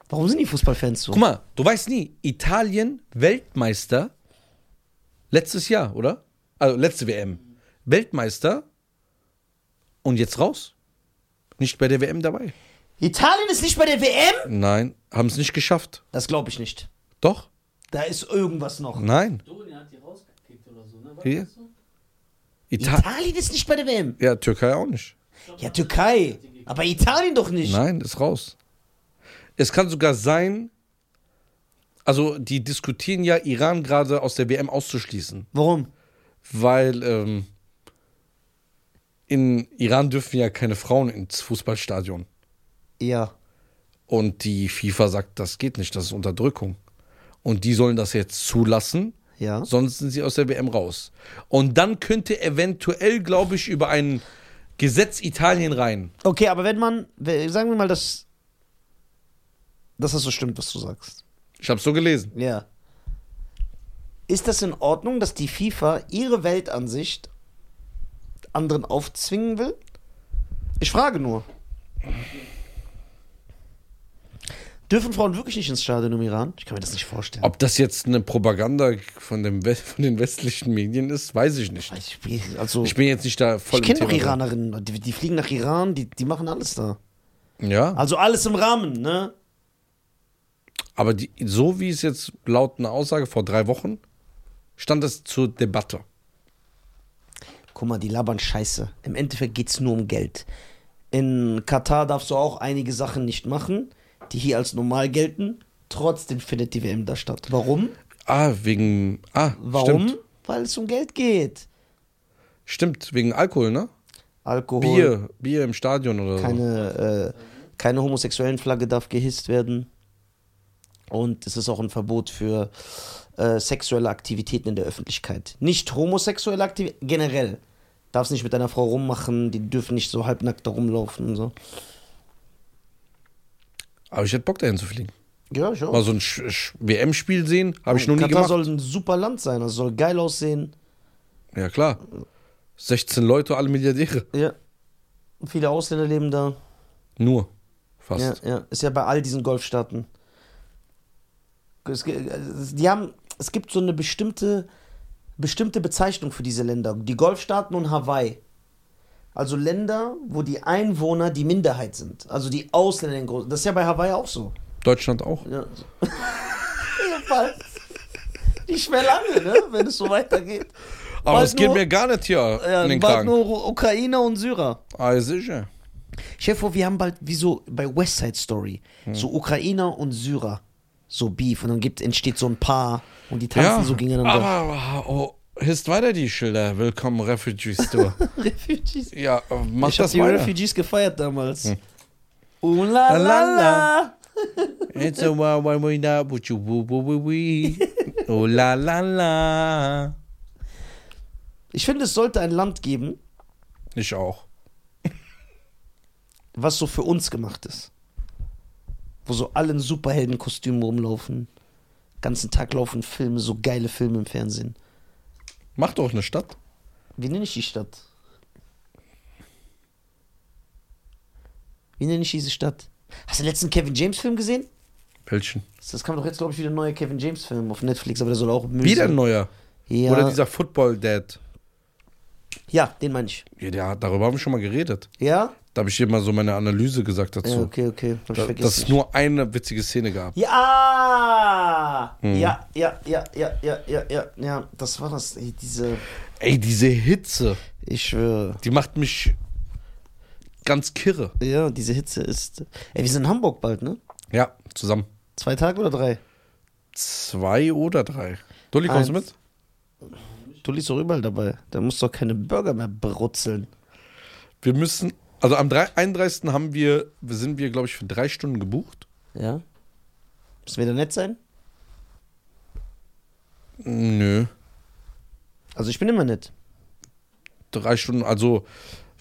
S2: Warum sind die Fußballfans so?
S1: Guck mal, du weißt nie, Italien Weltmeister letztes Jahr, oder? Also letzte WM. Weltmeister und jetzt raus. Nicht bei der WM dabei.
S2: Italien ist nicht bei der WM?
S1: Nein, haben es nicht geschafft.
S2: Das glaube ich nicht.
S1: Doch?
S2: Da ist irgendwas noch.
S1: Nein.
S3: Donia hat die rausgekickt oder so, ne? War
S1: Hier?
S3: das so?
S1: Ita
S2: Italien ist nicht bei der WM.
S1: ja, Türkei auch nicht.
S2: Ja, Türkei. Aber Italien doch nicht.
S1: Nein, ist raus. Es kann sogar sein, also die diskutieren ja, Iran gerade aus der WM auszuschließen,
S2: Warum?
S1: weil ähm, in Iran dürfen ja keine Frauen ins Fußballstadion.
S2: Ja.
S1: Und die FIFA sagt, das geht nicht, das ist Unterdrückung. Und die sollen das jetzt zulassen
S2: Ja.
S1: Sonst sind sie aus der WM raus. Und dann könnte eventuell, glaube ich, über ein Gesetz Italien rein.
S2: Okay, aber wenn man, we- sagen wir mal, dass, dass das so stimmt, was du sagst.
S1: Ich habe so gelesen.
S2: Ja. Ist das in Ordnung, dass die FIFA ihre Weltansicht anderen aufzwingen will? Ich frage nur. Dürfen Frauen wirklich nicht ins Stadion im Iran? Ich kann mir das nicht vorstellen.
S1: Ob das jetzt eine Propaganda von, dem West von den westlichen Medien ist, weiß ich nicht.
S2: Ich, also,
S1: Ich
S2: ich,
S1: bin jetzt nicht da voll im
S2: kenne doch
S1: Thema
S2: Iranerinnen. Die, die fliegen nach Iran, die, die machen alles da.
S1: drin. Ja,
S2: Also alles im Rahmen, ne?
S1: aber die, so wie es jetzt laut einer Aussage vor drei Wochen stand es zur Debatte.
S2: Guck mal, die labern Scheiße. Im Endeffekt geht's nur um Geld. In Katar darfst du auch einige Sachen nicht machen, die hier als normal gelten. Trotzdem findet die WM da statt. Warum?
S1: Ah, wegen. Ah,
S2: Warum?
S1: stimmt.
S2: Weil es um Geld geht.
S1: Stimmt, wegen Alkohol, ne?
S2: Alkohol,
S1: Bier, Bier im Stadion oder so.
S2: keine, äh, keine homosexuellen Flagge darf gehisst werden. Und es ist auch ein Verbot für äh, sexuelle Aktivitäten in der Öffentlichkeit. Nicht homosexuelle Aktivitäten, generell. Darfst nicht mit deiner Frau rummachen, die dürfen nicht so halbnackt da rumlaufen und so.
S1: Aber ich hätte Bock dahin zu fliegen.
S2: Ja, ich auch.
S1: Mal so ein Sch- Sch- WM-Spiel sehen, habe ich noch nie
S2: Katar
S1: gemacht.
S2: soll ein super Land sein, also soll geil aussehen.
S1: Ja, klar. 16 Leute, alle Milliardäre.
S2: Ja. Viele Ausländer leben da.
S1: Nur.
S2: Ja,
S1: Fast.
S2: ja. Ist ja bei all diesen Golfstaaten. Es, ge- es- die haben, es gibt so eine bestimmte, bestimmte Bezeichnung für diese Länder. Die Golfstaaten und Hawaii. Also Länder, wo die Einwohner die Minderheit sind. Also die Ausländer. in Groß- Das ist ja bei Hawaii auch so.
S1: Deutschland auch.
S2: Ja. Jedenfalls. Nicht mehr lange, ne? wenn es so weitergeht.
S1: Aber
S2: Bald
S1: es geht
S2: nur-
S1: mir gar nicht hier
S2: Ja,
S1: in den
S2: bald
S1: Kragen.
S2: nur Ru- Ukrainer und Syrer.
S1: Ah, sicher.
S2: Stell dir vor, wir haben bald, wie so bei West Side Story,
S1: Hm.
S2: so Ukrainer und Syrer, so Beef. Und dann gibt, entsteht so ein Paar und die tanzen
S1: Ja,
S2: so
S1: aber,
S2: gegeneinander.
S1: aber oh, hisst weiter die Schilder. Willkommen Refugees Tour.
S2: Refugees.
S1: ja, äh, mach
S2: Ich hab
S1: das
S2: die
S1: weiter. Hm.
S2: Refugees gefeiert damals. Oh la la
S1: La la.
S2: la.
S1: It's a wa wa wa da bu chu bu bu bu wee. Oh la la la.
S2: Ich finde, es sollte ein Land geben,
S1: Ich auch.
S2: was so für uns gemacht ist. Wo so alle in Superheldenkostümen rumlaufen. Ganzen Tag laufen Filme, so geile Filme im Fernsehen.
S1: Mach doch eine Stadt.
S2: Wie nenne ich die Stadt? Wie nenne ich diese Stadt? Hast du den letzten Kevin James-Film gesehen?
S1: Welchen?
S2: Das kam doch jetzt, glaube ich, wieder ein neuer Kevin James-Film auf Netflix, aber der soll auch Müll
S1: Wieder ein
S2: sein.
S1: neuer.
S2: Ja,
S1: Oder dieser Football Dad.
S2: ja, den meine ich.
S1: Ja, der, hat- darüber haben wir schon mal geredet.
S2: Ja?
S1: Da habe ich dir mal so meine Analyse gesagt
S2: Ja,
S1: dazu.
S2: okay, okay. Hab ich
S1: Da, dass es
S2: vergessen.
S1: nur eine witzige Szene gab.
S2: Ja!
S1: Mhm.
S2: Ja, ja, ja, ja, ja, ja, ja, ja. Das war das, ey, diese.
S1: Ey, diese Hitze,
S2: Ich schwöre.
S1: die macht mich ganz kirre.
S2: Ja, diese Hitze ist. Ey, wir sind in Hamburg bald, ne?
S1: Ja, zusammen.
S2: Zwei Tage oder drei?
S1: Zwei oder drei. Dulli, kommst du
S2: Eins.
S1: mit?
S2: Du liest doch überall dabei. Da musst du doch keine Burger mehr brutzeln.
S1: Wir müssen, also am 3 31. haben wir, sind wir, glaube ich, für drei Stunden gebucht.
S2: Ja. Müssen wir da nett sein?
S1: Nö.
S2: Also ich bin immer nett.
S1: Drei Stunden, also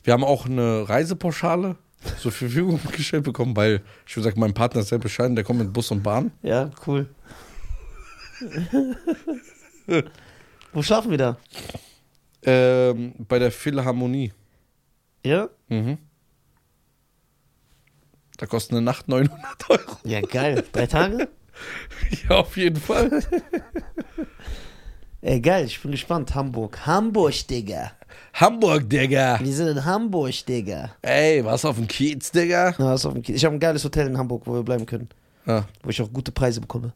S1: wir haben auch eine Reisepauschale zur Verfügung gestellt bekommen, weil ich würde sagen, mein Partner ist sehr bescheiden, der kommt mit Bus und Bahn.
S2: Ja, cool. Wo schlafen wir da?
S1: Ähm, bei der Philharmonie.
S2: Ja?
S1: Mhm. Da kostet eine Nacht 900 Euro.
S2: Ja, geil. Drei Tage?
S1: Ja, auf jeden Fall.
S2: Ey, geil. Ich bin gespannt. Hamburg. Hamburg, Digga.
S1: Hamburg, Digga.
S2: Wir sind in Hamburg, Digga.
S1: Ey, was auf dem Kiez, Digga?
S2: Na, was auf dem Kiez. Ich habe ein geiles Hotel in Hamburg, wo wir bleiben können.
S1: Ah,
S2: Wo ich auch gute Preise bekomme.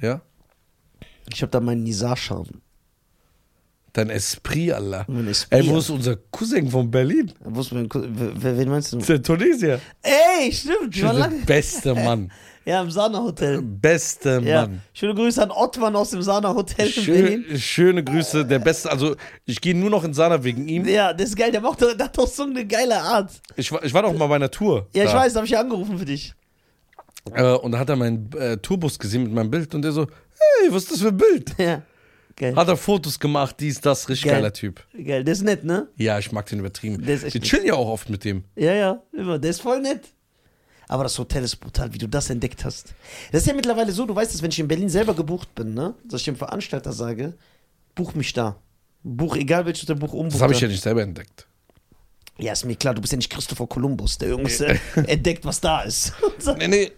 S1: ja.
S2: Ich habe da meinen Nizar-Charme.
S1: Dein Esprit, Allah.
S2: Mein Esprit.
S1: Ey, wo ist unser Cousin von Berlin?
S2: Wo ist mein Ku- wer- Wen meinst du?
S1: Der Tunesier.
S2: Ey, stimmt. Ich war
S1: Der
S2: lange.
S1: beste Mann.
S2: Ja, im Sana-Hotel.
S1: Beste
S2: Ja,
S1: Mann.
S2: schöne Grüße an Ottmann aus dem Sana Hotel in Berlin.
S1: Schön, schöne Grüße, der beste. Also, ich gehe nur noch in Sana wegen ihm.
S2: Ja, das ist geil, der macht doch, der hat doch so eine geile Art.
S1: Ich war, ich war doch mal bei einer Tour.
S2: Ja, ich
S1: da.
S2: weiß, da habe ich ja angerufen für dich.
S1: Äh, und da hat er meinen äh, Tourbus gesehen mit meinem Bild und der so: Ey, was ist das für ein Bild?
S2: Ja. Geil.
S1: Hat er Fotos gemacht, dies, das, richtig
S2: Geil.
S1: geiler Typ.
S2: Geil, der ist nett, ne?
S1: Ja, ich mag den übertrieben.
S2: Der ist echt
S1: Wir
S2: nett.
S1: chillen ja auch oft mit dem.
S2: Ja, ja, immer. Der ist voll nett. Aber das Hotel ist brutal, wie du das entdeckt hast. Das ist ja mittlerweile so, du weißt es, wenn ich in Berlin selber gebucht bin, ne? Dass ich dem Veranstalter sage, buch mich da. Buch, egal welches Hotel, buch um.
S1: Das habe ich ja nicht selber entdeckt.
S2: Ja, ist mir klar, du bist ja nicht Christopher Columbus, der irgendwas äh, entdeckt, was da ist.
S1: Nee, nee.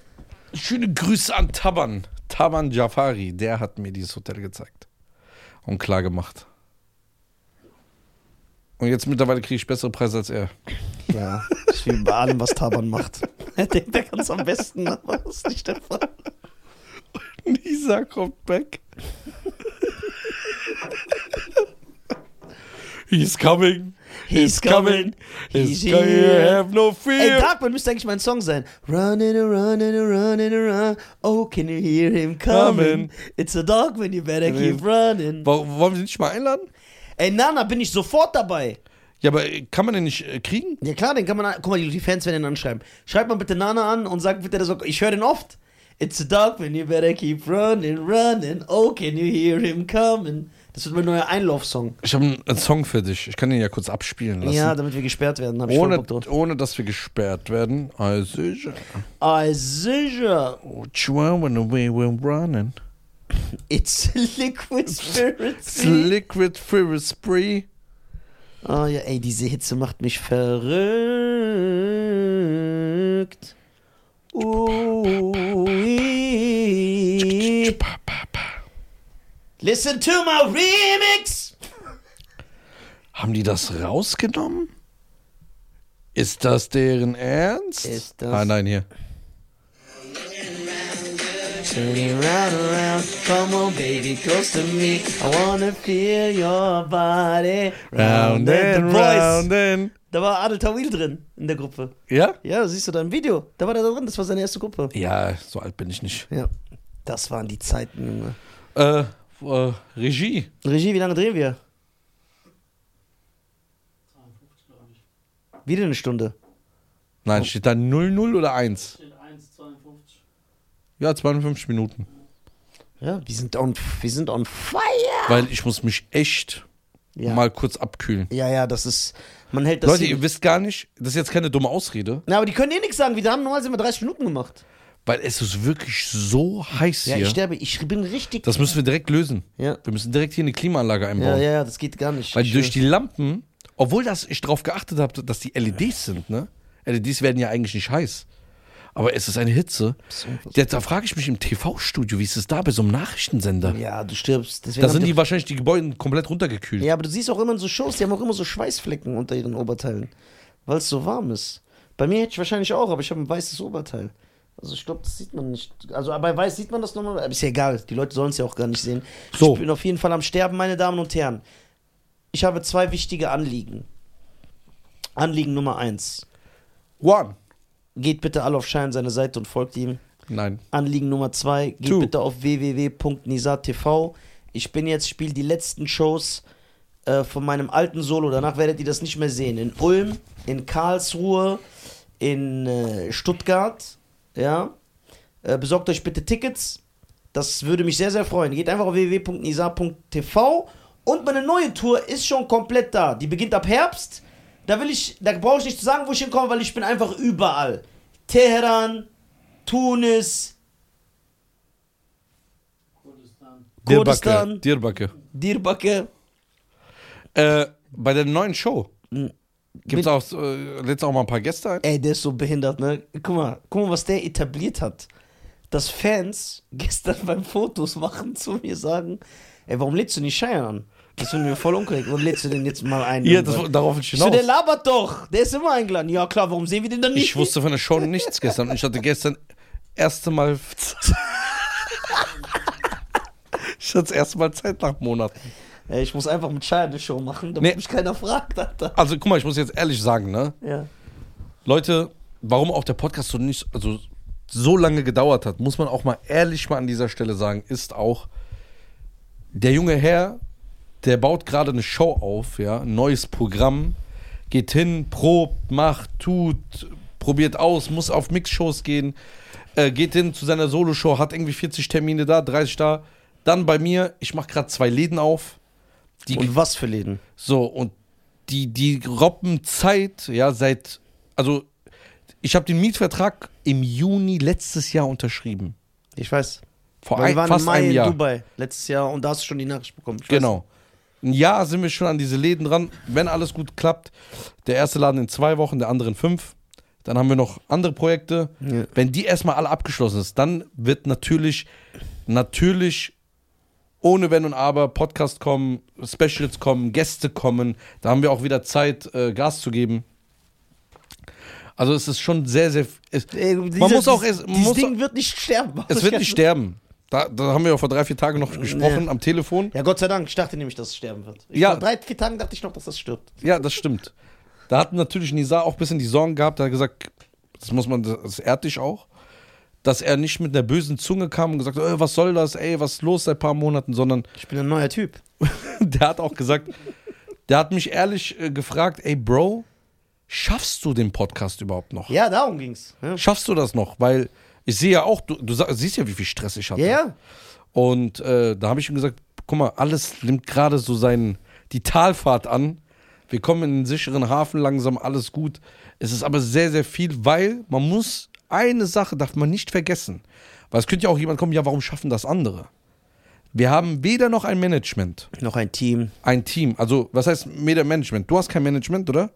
S1: Schöne Grüße an Taban. Taban Jafari, der hat mir dieses Hotel gezeigt. Und klar gemacht. Und jetzt mittlerweile kriege ich bessere Preise als er.
S2: ja, ist wie bei allem, was Taban macht. Er denkt, er kann es am besten, aber das ist nicht der Fall.
S1: Nisa kommt back. He's coming.
S2: He's coming. He's
S1: He's coming. You
S2: here.
S1: have no
S2: Ey,
S1: fear.
S2: Darkman müsste eigentlich mein Song sein. Running around and around and around. Oh, can you hear him coming?
S1: Coming.
S2: It's a dog when you better keep running.
S1: Warum, wollen wir sie nicht mal einladen?
S2: Ey, Nana, bin ich sofort dabei.
S1: Ja, aber äh, kann man den nicht äh, kriegen?
S2: Ja klar, den kann man, an- guck mal, die die Fans werden ihn anschreiben. Schreibt mal bitte Nana an und sagt bitte, der Song, ich höre den oft. It's a dog when you better keep running, running. Oh, can you hear him coming? Das wird mein neuer Einlaufsong.
S1: Ich habe einen, einen Song für dich. Ich kann den ja kurz abspielen lassen.
S2: Ja, damit wir gesperrt werden, hab ich voll
S1: ohne,
S2: Bock drauf.
S1: ohne dass wir gesperrt werden. Also,
S2: Ah, sicher.
S1: what you want when we were running?
S2: It's a liquid spirit.
S1: It's liquid for a spree.
S2: Oh ja, ey, diese Hitze macht mich verrückt. Ui. Listen to my remix.
S1: Haben die das rausgenommen? Ist das deren Ernst?
S2: Ist das-
S1: Ah, nein, hier.
S2: Turn it round around, come on baby, close to me. I wanna feel your body.
S1: Round
S2: and the
S1: and
S2: boys.
S1: round and.
S2: Da war Adel Tawil drin in der Gruppe.
S1: Ja?
S2: Ja, siehst du da im Video. Da war der da drin, das war seine erste Gruppe.
S1: Ja, so alt bin ich nicht.
S2: Ja, das waren die Zeiten, Junge.
S1: Äh, äh Regie.
S2: Regie, wie lange drehen wir?
S3: 53, glaube ich.
S2: Wieder eine Stunde.
S1: Nein, steht da 00 oder 1?
S3: Steht 1,52.
S1: Ja, 52 Minuten.
S2: Ja, wir sind on, wir sind on fire.
S1: Weil ich muss mich echt
S2: Ja.
S1: mal kurz abkühlen.
S2: ja, ja, das ist, man hält das.
S1: Leute,
S2: hier-
S1: ihr wisst gar nicht, das ist jetzt keine dumme Ausrede,
S2: na, aber die können eh nichts sagen. Wir haben normal sind wir 30 Minuten gemacht.
S1: weil es ist wirklich so heiß
S2: Ja, ich
S1: hier.
S2: sterbe. Ich bin richtig.
S1: Das müssen wir direkt lösen.
S2: Ja.
S1: Wir müssen direkt hier eine Klimaanlage
S2: ja,
S1: einbauen.
S2: ja, ja, das geht gar nicht.
S1: Weil
S2: Ich-
S1: durch die Lampen, obwohl das ich drauf geachtet habe, dass die LEDs sind, ne? LEDs werden ja eigentlich nicht heiß. Aber es ist eine Hitze. Ja, da frage ich mich im TV-Studio, wie ist es da bei so einem Nachrichtensender?
S2: ja, du stirbst. Deswegen
S1: Da
S2: haben
S1: sind die wahrscheinlich die Gebäude komplett runtergekühlt.
S2: Ja, aber du siehst auch immer in so Shows, die haben auch immer so Schweißflecken unter ihren Oberteilen, weil es so warm ist. Bei mir hätte ich wahrscheinlich auch, aber ich habe ein weißes Oberteil. Also ich glaube, das sieht man nicht. Also bei weiß sieht man das nochmal, aber ist ja egal. Die Leute sollen es ja auch gar nicht sehen.
S1: So.
S2: Ich bin auf jeden Fall am Sterben, meine Damen und Herren. Ich habe zwei wichtige Anliegen. Anliegen Nummer eins.
S1: One.
S2: Geht bitte alle auf Schein seine Seite und folgt ihm.
S1: Nein.
S2: Anliegen Nummer zwei, geht
S1: Two.
S2: bitte auf www.nisa.tv. Ich bin jetzt, spiele die letzten Shows äh, von meinem alten Solo. Danach werdet ihr das nicht mehr sehen. In Ulm, in Karlsruhe, in äh, Stuttgart. Ja. Äh, besorgt euch bitte Tickets. Das würde mich sehr, sehr freuen. Geht einfach auf www.nisa.tv. Und meine neue Tour ist schon komplett da. Die beginnt ab Herbst. Da will ich, da brauche ich nicht zu sagen, wo ich hinkomme, weil ich bin einfach überall. Teheran, Tunis,
S3: Kurdistan.
S1: Dirbacke.
S2: Kurdistan.
S1: Dirbacke.
S2: Dirbacke.
S1: Äh, bei der neuen Show
S2: Hm.
S1: gibt's auch, äh, lädst auch mal ein paar Gäste ein.
S2: Ey, der ist so behindert, ne? Guck mal, guck mal, was der etabliert hat. Dass Fans gestern beim Fotos machen zu mir sagen, ey, warum lädst du nicht Scheiern an? Das finden wir voll unkorrekt. Warum lädst du den jetzt mal ein?
S1: Ja, das, darauf will ich
S2: ich so,
S1: hinaus.
S2: der labert doch. Der ist immer eingeladen. Ja, klar, warum sehen wir den dann nicht?
S1: Ich wusste von der Show nichts gestern und ich hatte gestern erste Mal. ich hatte das erste Mal Zeit nach Monaten.
S2: Ey, ich muss einfach mit Scheiern eine Show machen, damit
S1: Nee.
S2: mich keiner fragt, Alter.
S1: Also guck mal, ich muss jetzt ehrlich sagen, ne?
S2: Ja.
S1: Leute, warum auch der Podcast so nicht also so lange gedauert hat, muss man auch mal ehrlich mal an dieser Stelle sagen, ist auch der junge Herr, der baut gerade eine Show auf, ja, ein neues Programm, geht hin, probt, macht, tut, probiert aus, muss auf Mixshows gehen, äh, geht hin zu seiner Soloshow, hat irgendwie 40 Termine da, 30 da, Dann bei mir, ich mache gerade zwei Läden auf. Die
S2: Und was für Läden?
S1: So, und die, die robben Zeit, ja, seit, also ich habe den Mietvertrag im Juni letztes Jahr unterschrieben.
S2: Ich weiß.
S1: Vor
S2: Weil
S1: ein,
S2: wir waren
S1: fast
S2: im Mai
S1: einem Jahr.
S2: in Dubai letztes Jahr und da hast du schon die Nachricht bekommen. Ich weiß.
S1: Genau. Ein Jahr sind wir schon an diese Läden dran. Wenn alles gut klappt, der erste Laden in zwei Wochen, der andere in fünf. Dann haben wir noch andere Projekte.
S2: Ja.
S1: Wenn die erstmal alle abgeschlossen ist, dann wird natürlich, natürlich ohne Wenn und Aber Podcast kommen, Specials kommen, Gäste kommen. Da haben wir auch wieder Zeit, äh, Gas zu geben. Also es ist schon sehr, sehr. Es,
S2: Ey,
S1: man muss auch. Es, man
S2: dieses
S1: muss,
S2: Ding wird nicht sterben.
S1: es wird nicht sterben. Da, da haben wir ja vor drei, vier Tagen noch gesprochen am Telefon.
S2: Ja, Gott sei Dank. Ich dachte nämlich, dass es sterben wird. Ich
S1: Ja.
S2: Vor drei, vier Tagen dachte ich noch, dass das stirbt.
S1: Ja, das stimmt. Da hat natürlich Nizar auch ein bisschen die Sorgen gehabt. Da hat gesagt, das muss man, das ehrt dich auch, dass er nicht mit einer bösen Zunge kam und gesagt hat, äh, was soll das, ey, was ist los seit ein paar Monaten, sondern
S2: Ich bin ein neuer Typ.
S1: der hat auch gesagt, der hat mich ehrlich äh, gefragt, ey, Bro, schaffst du den Podcast überhaupt noch?
S2: Ja, darum ging's. Ja,
S1: Schaffst du das noch? Weil ich sehe ja auch, du, du sa- siehst ja, wie viel Stress ich hatte.
S2: ja. ja.
S1: Und äh, da habe ich ihm gesagt, guck mal, alles nimmt gerade so seinen, die Talfahrt an. Wir kommen in den sicheren Hafen langsam, alles gut. Es ist aber sehr, sehr viel, weil man muss, eine Sache darf man nicht vergessen. Weil es könnte ja auch jemand kommen, ja, warum schaffen das andere? Wir haben weder noch ein Management,
S2: Noch ein Team.
S1: ein Team. Also, was heißt weder Management? Du hast kein Management, oder?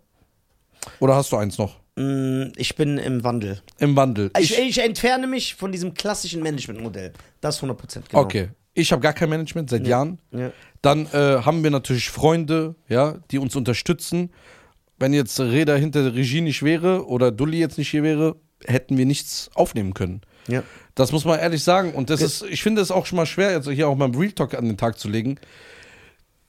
S1: Oder hast du eins noch?
S2: Mm, Ich bin im Wandel.
S1: Im Wandel.
S2: Ich, ich entferne mich von diesem klassischen Managementmodell. Das 100% genau.
S1: okay. Ich habe gar kein Management seit Jahren.
S2: Ja.
S1: Dann äh, haben wir natürlich Freunde, ja, die uns unterstützen. Wenn jetzt Reda hinter der Regie nicht wäre oder Dulli jetzt nicht hier wäre, hätten wir nichts aufnehmen können.
S2: Ja.
S1: Das muss man ehrlich sagen. Und das ist, ich finde es auch schon mal schwer, also hier auch mal im Real Talk an den Tag zu legen,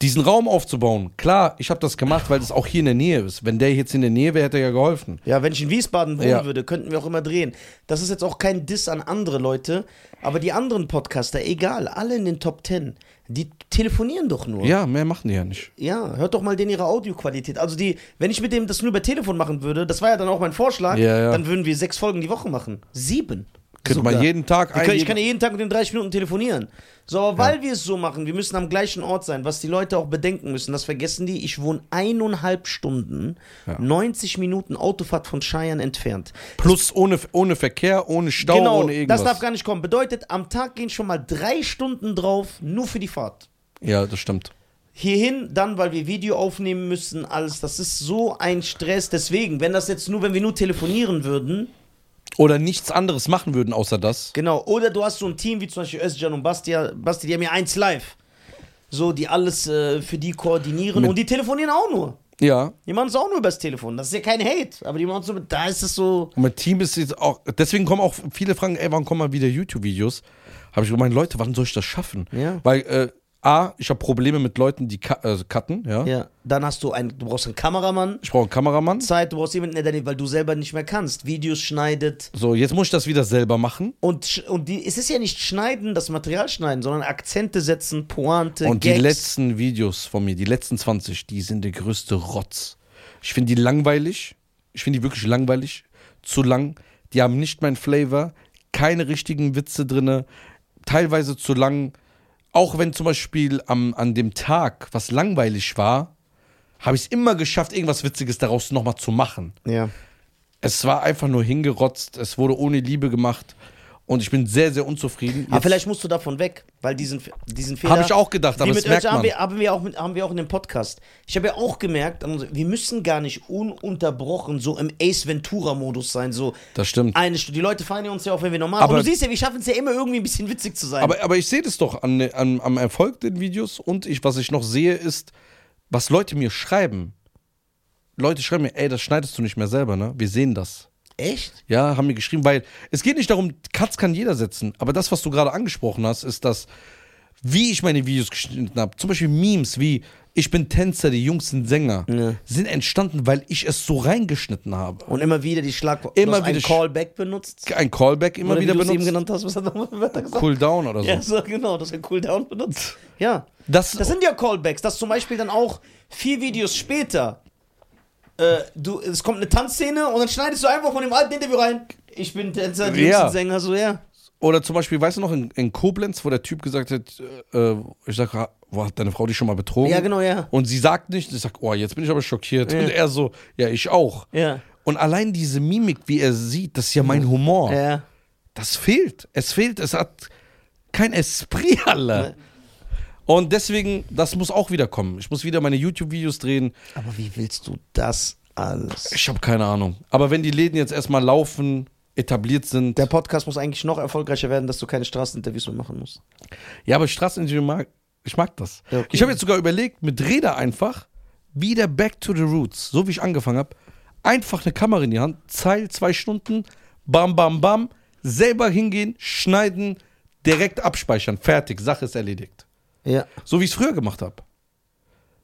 S1: diesen Raum aufzubauen. Klar, ich habe das gemacht, weil es auch hier in der Nähe ist. Wenn der jetzt in der Nähe wäre, hätte er ja geholfen.
S2: Ja, wenn ich in Wiesbaden wohnen
S1: Ja.
S2: würde, könnten wir auch immer drehen. Das ist jetzt auch kein Diss an andere Leute, aber die anderen Podcaster, egal, alle in den Top Ten, die telefonieren doch nur.
S1: Ja, mehr machen die ja nicht.
S2: Ja, hört doch mal den ihre Audioqualität. Also die, wenn ich mit dem das nur über Telefon machen würde, das war ja dann auch mein Vorschlag,
S1: Ja, ja.
S2: dann würden wir sechs Folgen die Woche machen. Sieben.
S1: Könnte
S2: sogar.
S1: man jeden Tag
S2: Wir können- Ich
S1: jeden-
S2: kann ja jeden Tag mit dem 30 Minuten telefonieren. So, aber weil wir es so machen, wir müssen am gleichen Ort sein, was die Leute auch bedenken müssen, das vergessen die. Ich wohne eineinhalb Stunden, 90 Minuten Autofahrt von Cheyenne entfernt.
S1: Plus ohne, ohne Verkehr, ohne Stau,
S2: genau,
S1: ohne irgendwas.
S2: das darf gar nicht kommen. Bedeutet, am Tag gehen schon mal drei Stunden drauf, nur für die Fahrt.
S1: ja, das stimmt.
S2: Hierhin, dann, weil wir Video aufnehmen müssen, alles, das ist so ein Stress. Deswegen, wenn das jetzt nur, wenn wir nur telefonieren würden,
S1: Oder nichts anderes machen würden, außer das.
S2: Genau, oder du hast so ein Team wie zum Beispiel Özcan und Bastia, Basti, die haben ja eins live. So, die alles äh, für die koordinieren
S1: Mit-
S2: und die telefonieren auch nur.
S1: Ja,
S2: Die machen es auch nur übers Telefon. Das ist ja kein Hate, aber die machen so, da ist es so.
S1: Und mein Team ist jetzt auch. Deswegen kommen auch viele Fragen, ey, wann kommen mal wieder YouTube-Videos? Habe ich gemeint, Leute, wann soll ich das schaffen?
S2: Ja.
S1: Weil, äh, A, ich habe Probleme mit Leuten, die ka- äh, cutten, ja.
S2: Ja, dann hast du einen, du brauchst einen Kameramann,
S1: Ich brauche einen Kameramann.
S2: Zeit, du brauchst jemanden, der daneben, weil du selber nicht mehr kannst. Videos schneidet
S1: So, jetzt muss ich das wieder selber machen.
S2: und, sch- und die, es ist ja nicht schneiden, das Material schneiden, sondern Akzente setzen, Pointe,
S1: Und
S2: Gags.
S1: die letzten Videos von mir, die letzten 20, die sind der größte Rotz. Ich finde die langweilig. Ich finde die wirklich langweilig. Zu lang. Die haben nicht mein Flavor. Keine richtigen Witze drinne. Teilweise zu lang. Auch wenn zum Beispiel am, an dem Tag was langweilig war, habe ich es immer geschafft, irgendwas Witziges daraus nochmal zu machen.
S2: Ja.
S1: Es war einfach nur hingerotzt. Es wurde ohne Liebe gemacht. Und ich bin sehr, sehr unzufrieden.
S2: Aber
S1: Jetzt-
S2: vielleicht musst du davon weg, weil diesen, diesen Fehler.
S1: Habe ich auch gedacht, aber
S2: Wie
S1: das
S2: mit
S1: merkt
S2: Özcan
S1: man.
S2: Haben wir, haben, wir auch mit, haben wir auch in dem Podcast. Ich habe ja auch gemerkt, an unser- wir müssen gar nicht ununterbrochen so im Ace Ventura-Modus sein. So
S1: das stimmt.
S2: eine Stunde. Die Leute feiern uns ja auch, wenn wir normal
S1: Aber-
S2: Und du siehst ja, wir schaffen es ja immer irgendwie ein bisschen witzig zu sein.
S1: Aber, aber ich sehe das doch an, an, am Erfolg den Videos und ich, was ich noch sehe, ist, was Leute mir schreiben. Leute schreiben mir, ey, das schneidest du nicht mehr selber, ne? Wir sehen das.
S2: Echt?
S1: Ja, haben mir geschrieben, weil es geht nicht darum, Cuts kann jeder setzen, aber das, was du gerade angesprochen hast, ist das, wie ich meine Videos geschnitten habe. Zum Beispiel Memes wie Ich bin Tänzer, die Jungs sind Sänger, sind entstanden, weil ich es so reingeschnitten habe.
S2: Und immer wieder die Schlagwort.
S1: Immer
S2: du hast einen
S1: wieder-
S2: Callback benutzt.
S1: Ein Callback immer
S2: Oder
S1: wieder
S2: wie du es eben
S1: benutzt.
S2: genannt hast, was hat er nochmal gesagt?
S1: Cool down oder so.
S2: Ja, so, genau, das ist ein Cooldown benutzt. Ja.
S1: Das,
S2: Das sind ja Callbacks, dass zum Beispiel dann auch vier Videos später, äh, du, es kommt eine Tanzszene und dann schneidest du einfach von dem alten Interview rein. Ich bin Tänzer, du
S1: Ja.
S2: bist ein Sänger, so ja.
S1: Oder zum Beispiel, weißt du noch, in, in Koblenz, wo der Typ gesagt hat, äh, ich sag, ah, wo hat deine Frau dich schon mal betrogen?
S2: Ja, genau, ja.
S1: Und sie sagt nicht, ich sag, oh, jetzt bin ich aber schockiert. Und er so, ja, ich auch.
S2: Ja.
S1: Und allein diese Mimik, wie er sieht, das ist ja mein Humor.
S2: Ja.
S1: Das fehlt. Es fehlt. Es hat kein Esprit, alle. Und deswegen, das muss auch wieder kommen. Ich muss wieder meine YouTube-Videos drehen.
S2: Aber wie willst du das alles?
S1: Ich habe keine Ahnung. Aber wenn die Läden jetzt erstmal laufen, etabliert sind.
S2: Der Podcast muss eigentlich noch erfolgreicher werden, dass du keine Straßeninterviews mehr machen musst.
S1: ja, aber Straßeningenieur mag, ich mag das.
S2: Ja, okay.
S1: Ich habe jetzt sogar überlegt, mit Räder einfach, wieder back to the roots, so wie ich angefangen habe, einfach eine Kamera in die Hand, Zeil zwei Stunden, bam, bam, bam, selber hingehen, schneiden, direkt abspeichern, fertig, Sache ist erledigt.
S2: Ja.
S1: So wie ich es früher gemacht habe.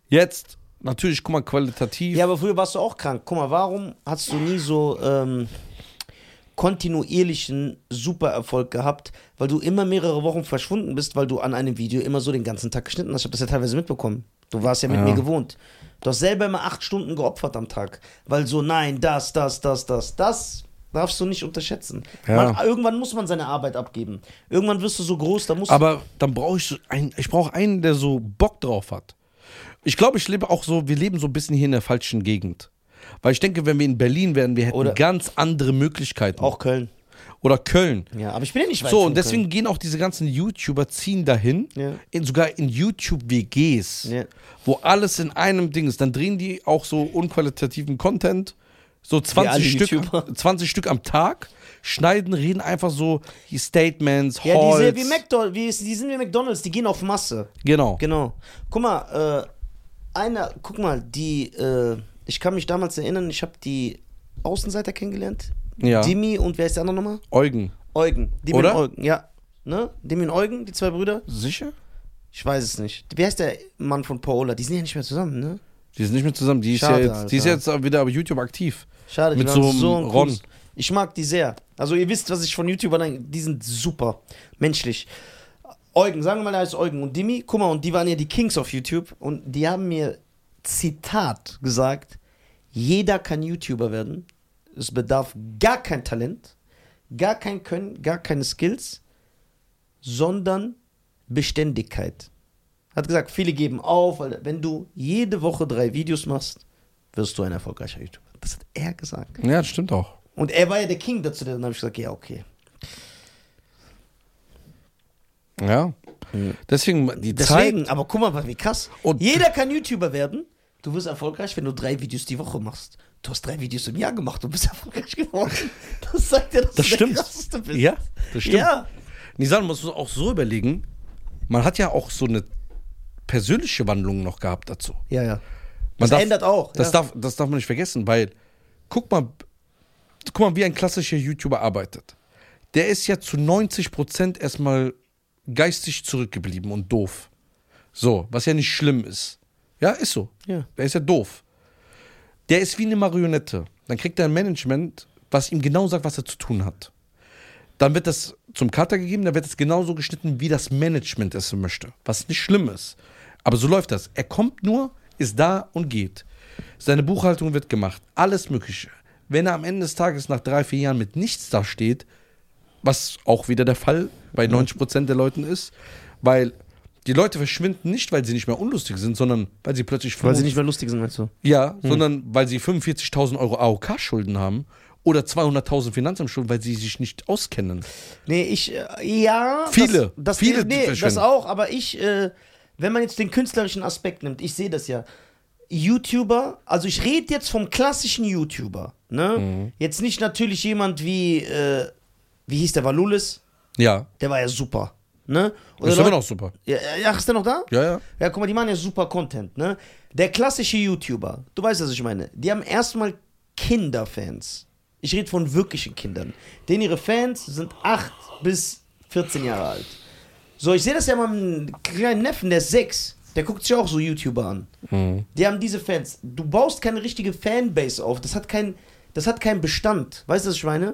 S1: Jetzt, natürlich, guck mal, qualitativ.
S2: Ja, aber früher warst du auch krank. Guck mal, warum hast du nie so ähm, kontinuierlichen Supererfolg gehabt, weil du immer mehrere Wochen verschwunden bist, weil du an einem Video immer so den ganzen Tag geschnitten hast. Ich habe das ja teilweise mitbekommen. Du warst ja mit
S1: Ja.
S2: mir gewohnt. Du hast selber immer acht Stunden geopfert am Tag, weil so nein, das, das, das, das, das. Darfst du nicht unterschätzen.
S1: Ja.
S2: Man, irgendwann muss man seine Arbeit abgeben. Irgendwann wirst du so groß, da musst du.
S1: Aber dann brauche ich so einen, ich brauche einen, der so Bock drauf hat. Ich glaube, ich lebe auch so, wir leben so ein bisschen hier in der falschen Gegend. Weil ich denke, wenn wir in Berlin wären, wir hätten
S2: Oder-
S1: ganz andere Möglichkeiten.
S2: Auch Köln.
S1: Oder Köln.
S2: Ja, aber ich bin ja nicht weit
S1: So,
S2: von
S1: und deswegen gehen auch diese ganzen YouTuber ziehen dahin,
S2: Ja.
S1: in, sogar in YouTube-WGs,
S2: Ja.
S1: wo alles in einem Ding ist. Dann drehen die auch so unqualitativen Content, so 20
S2: alle
S1: Stück,
S2: YouTuber.
S1: 20 Stück am Tag, schneiden, reden einfach so die Statements,
S2: Ja,
S1: Halls.
S2: die, sind wie McDonald's, wie, die sind wie McDonalds, die gehen auf Masse.
S1: genau.
S2: Genau. Guck mal, äh, einer, guck mal, die, äh, ich kann mich damals erinnern, ich habe die Außenseiter kennengelernt.
S1: Ja.
S2: Dimi und wer ist der andere nochmal?
S1: Eugen.
S2: Eugen. Dimi
S1: Oder?
S2: und Eugen, ja. Ne? Dimi und Eugen, die zwei Brüder.
S1: Sicher?
S2: Ich weiß es nicht. Wer ist der Mann von Paola? Die sind ja nicht mehr zusammen, ne?
S1: Die sind nicht mehr zusammen. Die ist,
S2: Schade,
S1: ja jetzt, die ist
S2: Alter.
S1: jetzt wieder auf YouTube aktiv.
S2: Schade,
S1: Mit
S2: die waren
S1: so einem
S2: ein
S1: Ron.
S2: cooles- Ich mag die sehr. Also ihr wisst, was ich von YouTubern denke. Die sind super. Menschlich. Eugen, sagen wir mal, da ist Eugen und Dimi. Guck mal, und die waren ja die Kings auf YouTube. Und die haben mir Zitat gesagt, jeder kann YouTuber werden. Es bedarf gar kein Talent, gar kein Können, gar keine Skills, sondern Beständigkeit. Hat gesagt, viele geben auf, weil wenn du jede Woche drei Videos machst, wirst du ein erfolgreicher YouTuber. Das hat er gesagt.
S1: Ja, das stimmt auch.
S2: Und er war ja der King dazu, dann habe ich gesagt, ja, okay.
S1: Ja. Deswegen, die Zeit.
S2: Deswegen, aber guck mal, wie krass.
S1: Und-
S2: Jeder kann YouTuber werden. Du wirst erfolgreich, wenn du drei Videos die Woche machst. Du hast drei Videos im Jahr gemacht und bist erfolgreich geworden. Das sagt ja, dass
S1: Das
S2: du
S1: stimmt.
S2: der krasseste bist.
S1: Ja, das stimmt.
S2: Ja.
S1: Nisan, musst du auch so überlegen, man hat ja auch so eine persönliche Wandlung noch gehabt dazu.
S2: ja, ja.
S1: Man
S2: Das ändert auch,
S1: Das,
S2: ja.
S1: darf, das darf man nicht vergessen, weil guck mal, guck mal, wie ein klassischer YouTuber arbeitet. Der ist ja zu 90% erstmal geistig zurückgeblieben und doof. So, was ja nicht schlimm ist. Ja, ist so.
S2: Ja.
S1: Der ist ja doof. Der ist wie eine Marionette. Dann kriegt er ein Management, was ihm genau sagt, was er zu tun hat. Dann wird das zum Cutter gegeben, dann wird es genauso geschnitten, wie das Management es möchte. Was nicht schlimm ist. Aber so läuft das. Er kommt nur, ist da und geht. Seine Buchhaltung wird gemacht. Alles Mögliche. Wenn er am Ende des Tages nach drei, vier Jahren mit nichts dasteht, was auch wieder der Fall bei 90% der Leuten ist, weil die Leute verschwinden nicht, weil sie nicht mehr unlustig sind, sondern weil sie plötzlich
S2: Weil sie nicht Hm. mehr lustig sind, meinst du?
S1: ja, sondern weil sie 45.000 Euro AOK-Schulden haben oder 200.000 Finanzamtschulden, weil sie sich nicht auskennen.
S2: Nee, ich, äh, ja.
S1: Viele,
S2: Das, das,
S1: viele
S2: nee, das
S1: verschwinden.
S2: auch, aber ich, äh, wenn man jetzt den künstlerischen Aspekt nimmt, ich sehe das ja. YouTuber, also ich rede jetzt vom klassischen YouTuber, ne?
S1: Mhm.
S2: Jetzt nicht natürlich jemand wie, äh, wie hieß der, war Lulis?
S1: Ja,
S2: Der war ja super, ne? Oder
S1: ist immer
S2: Leute-
S1: noch super.
S2: Ja, äh, ja, ist der noch da?
S1: Ja, ja.
S2: Ja, guck mal, die machen ja super Content, ne? Der klassische YouTuber, du weißt, was ich meine, die haben erstmal Kinderfans. Ich rede von wirklichen Kindern. Denn ihre Fans sind 8 bis 14 Jahre alt. So, ich sehe das ja mal einem kleinen Neffen, der ist 6. Der guckt sich auch so YouTuber an. Die haben diese Fans. Du baust keine richtige Fanbase auf. Das hat keinen das hat keinen Bestand. Weißt du, was ich meine?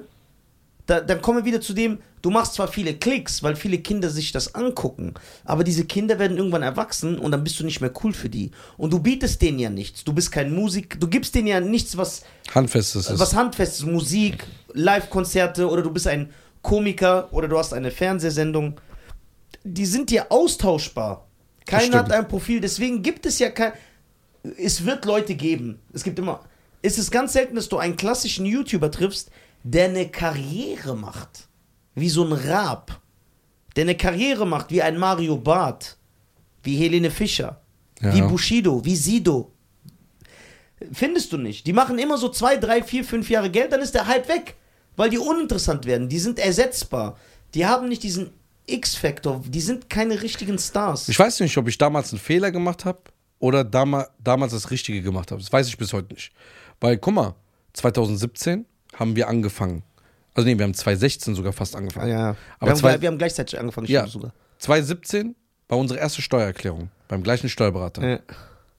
S2: da, dann kommen wir wieder zu dem, du machst zwar viele Klicks, weil viele Kinder sich das angucken, aber diese Kinder werden irgendwann erwachsen und dann bist du nicht mehr cool für die. Und du bietest denen ja nichts. Du bist kein Musik, du gibst denen ja nichts, was,
S1: Handfestes ist.
S2: was handfestes, Musik, Live-Konzerte oder du bist ein Komiker oder du hast eine Fernsehsendung. Die sind dir austauschbar. Keiner
S1: stimmt.
S2: hat ein Profil, deswegen gibt es ja kein. Es wird Leute geben. Es gibt immer. Es ist ganz selten, dass du einen klassischen YouTuber triffst, der eine Karriere macht. Wie so ein Raab. Der eine Karriere macht, wie ein Mario Barth, wie Helene Fischer,
S1: Ja.
S2: wie Bushido, wie Sido. Findest du nicht. Die machen immer so zwei, drei, vier, fünf Jahre Geld, dann ist der Hype weg. Weil die uninteressant werden. Die sind ersetzbar. Die haben nicht diesen X-Faktor. Die sind keine richtigen Stars.
S1: Ich weiß nicht, ob ich damals einen Fehler gemacht habe oder dama damals das Richtige gemacht habe. Das weiß ich bis heute nicht. Weil, guck mal, 2017 haben wir angefangen. Also nee, wir haben 2016 sogar fast angefangen.
S2: Ah, ja.
S1: Aber
S2: wir,
S1: zwei-
S2: haben, wir haben gleichzeitig angefangen.
S1: Ja,
S2: stimmt sogar.
S1: 2017 war unsere erste Steuererklärung beim gleichen Steuerberater.
S2: Ja.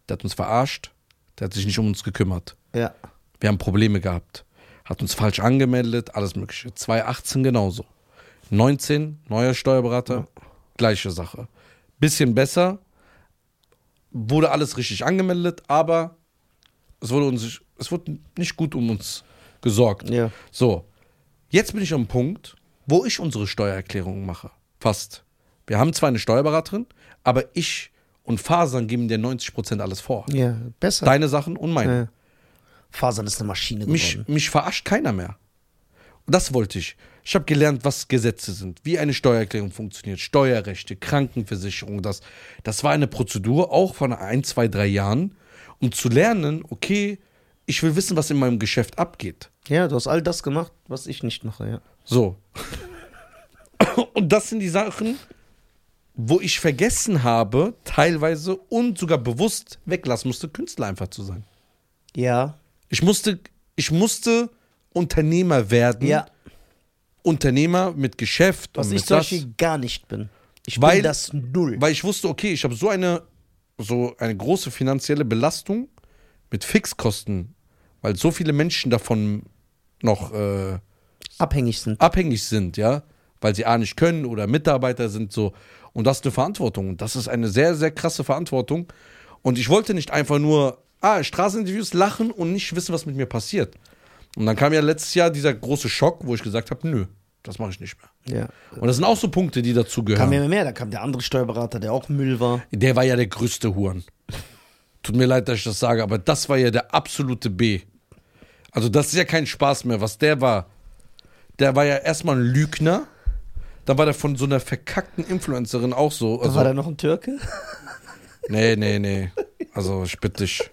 S1: Der hat uns verarscht, der hat sich nicht um uns gekümmert.
S2: ja.
S1: Wir haben Probleme gehabt. Hat uns falsch angemeldet, alles Mögliche. 2018 genauso. 19, neuer Steuerberater, gleiche Sache. Bisschen besser, wurde alles richtig angemeldet, aber es wurde, uns, es wurde nicht gut um uns gesorgt.
S2: Ja.
S1: So, jetzt bin ich am Punkt, wo ich unsere Steuererklärung mache. Fast. Wir haben zwar eine Steuerberaterin, aber ich und Fasern geben dir 90% alles vor.
S2: Ja, besser.
S1: Deine Sachen und meine.
S2: Ja. Fasern ist eine Maschine
S1: Mich,
S2: geworden.
S1: mich verarscht keiner mehr. Und das wollte ich. Ich habe gelernt, was Gesetze sind, wie eine Steuererklärung funktioniert, Steuerrechte, Krankenversicherung. Das, das war eine Prozedur, auch von ein, zwei, drei Jahren, um zu lernen, okay, ich will wissen, was in meinem Geschäft abgeht.
S2: Ja, du hast all das gemacht, was ich nicht mache, ja.
S1: So. Und das sind die Sachen, wo ich vergessen habe, teilweise und sogar bewusst weglassen musste, Künstler einfach zu sein.
S2: Ja.
S1: Ich musste, ich musste Unternehmer werden.
S2: Ja.
S1: Unternehmer mit Geschäft
S2: Was
S1: und
S2: ich
S1: mit
S2: zum
S1: das,
S2: Beispiel gar nicht bin. Ich
S1: Weil-
S2: bin das Null.
S1: weil ich wusste, okay, ich habe so eine so eine große finanzielle Belastung mit Fixkosten, weil so viele Menschen davon noch äh,
S2: Abhängig sind.
S1: abhängig sind, ja, weil sie A nicht können oder Mitarbeiter sind so und das ist eine Verantwortung und das ist eine sehr sehr krasse Verantwortung und ich wollte nicht einfach nur ah Straßeninterviews lachen und nicht wissen, was mit mir passiert. Und dann kam ja letztes Jahr dieser große Schock, wo ich gesagt habe, nö, das mache ich nicht mehr.
S2: Ja.
S1: Und das sind auch so Punkte, die dazu gehören.
S2: Kam ja mehr, da kam der andere Steuerberater, der auch Müll war.
S1: Der war ja der größte Huren. Tut mir leid, dass ich das sage, aber das war ja der absolute B. Also, das ist ja kein Spaß mehr, was der war. Der war ja erstmal ein Lügner. Dann war der von so einer verkackten Influencerin auch so.
S2: Also, war da
S1: Also,
S2: noch ein Türke?
S1: nee, nee, nee. Also, ich bitte dich.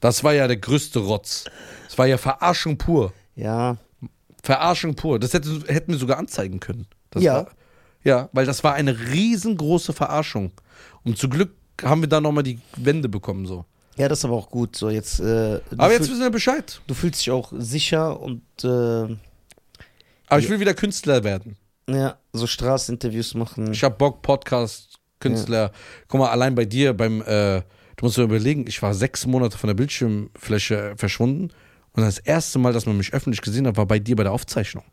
S1: Das war ja der größte Rotz. Das war ja Verarschung pur.
S2: Ja.
S1: Verarschung pur. Das hätte, hätten wir sogar anzeigen können. Das
S2: Ja.
S1: War, ja, weil das war eine riesengroße Verarschung. Und zum Glück haben wir da nochmal die Wende bekommen so.
S2: Ja, das ist aber auch gut. So, jetzt, äh, du,
S1: Aber jetzt
S2: fühl,
S1: wissen wir Bescheid.
S2: du fühlst dich auch sicher und äh,
S1: Aber ich will wieder Künstler werden.
S2: ja, so Straßeninterviews machen.
S1: Ich hab Bock, Podcast, Künstler. Guck mal, allein bei dir beim, äh, du musst dir überlegen, ich war sechs Monate von der Bildschirmfläche verschwunden. Und das erste Mal, dass man mich öffentlich gesehen hat, war bei dir bei der Aufzeichnung.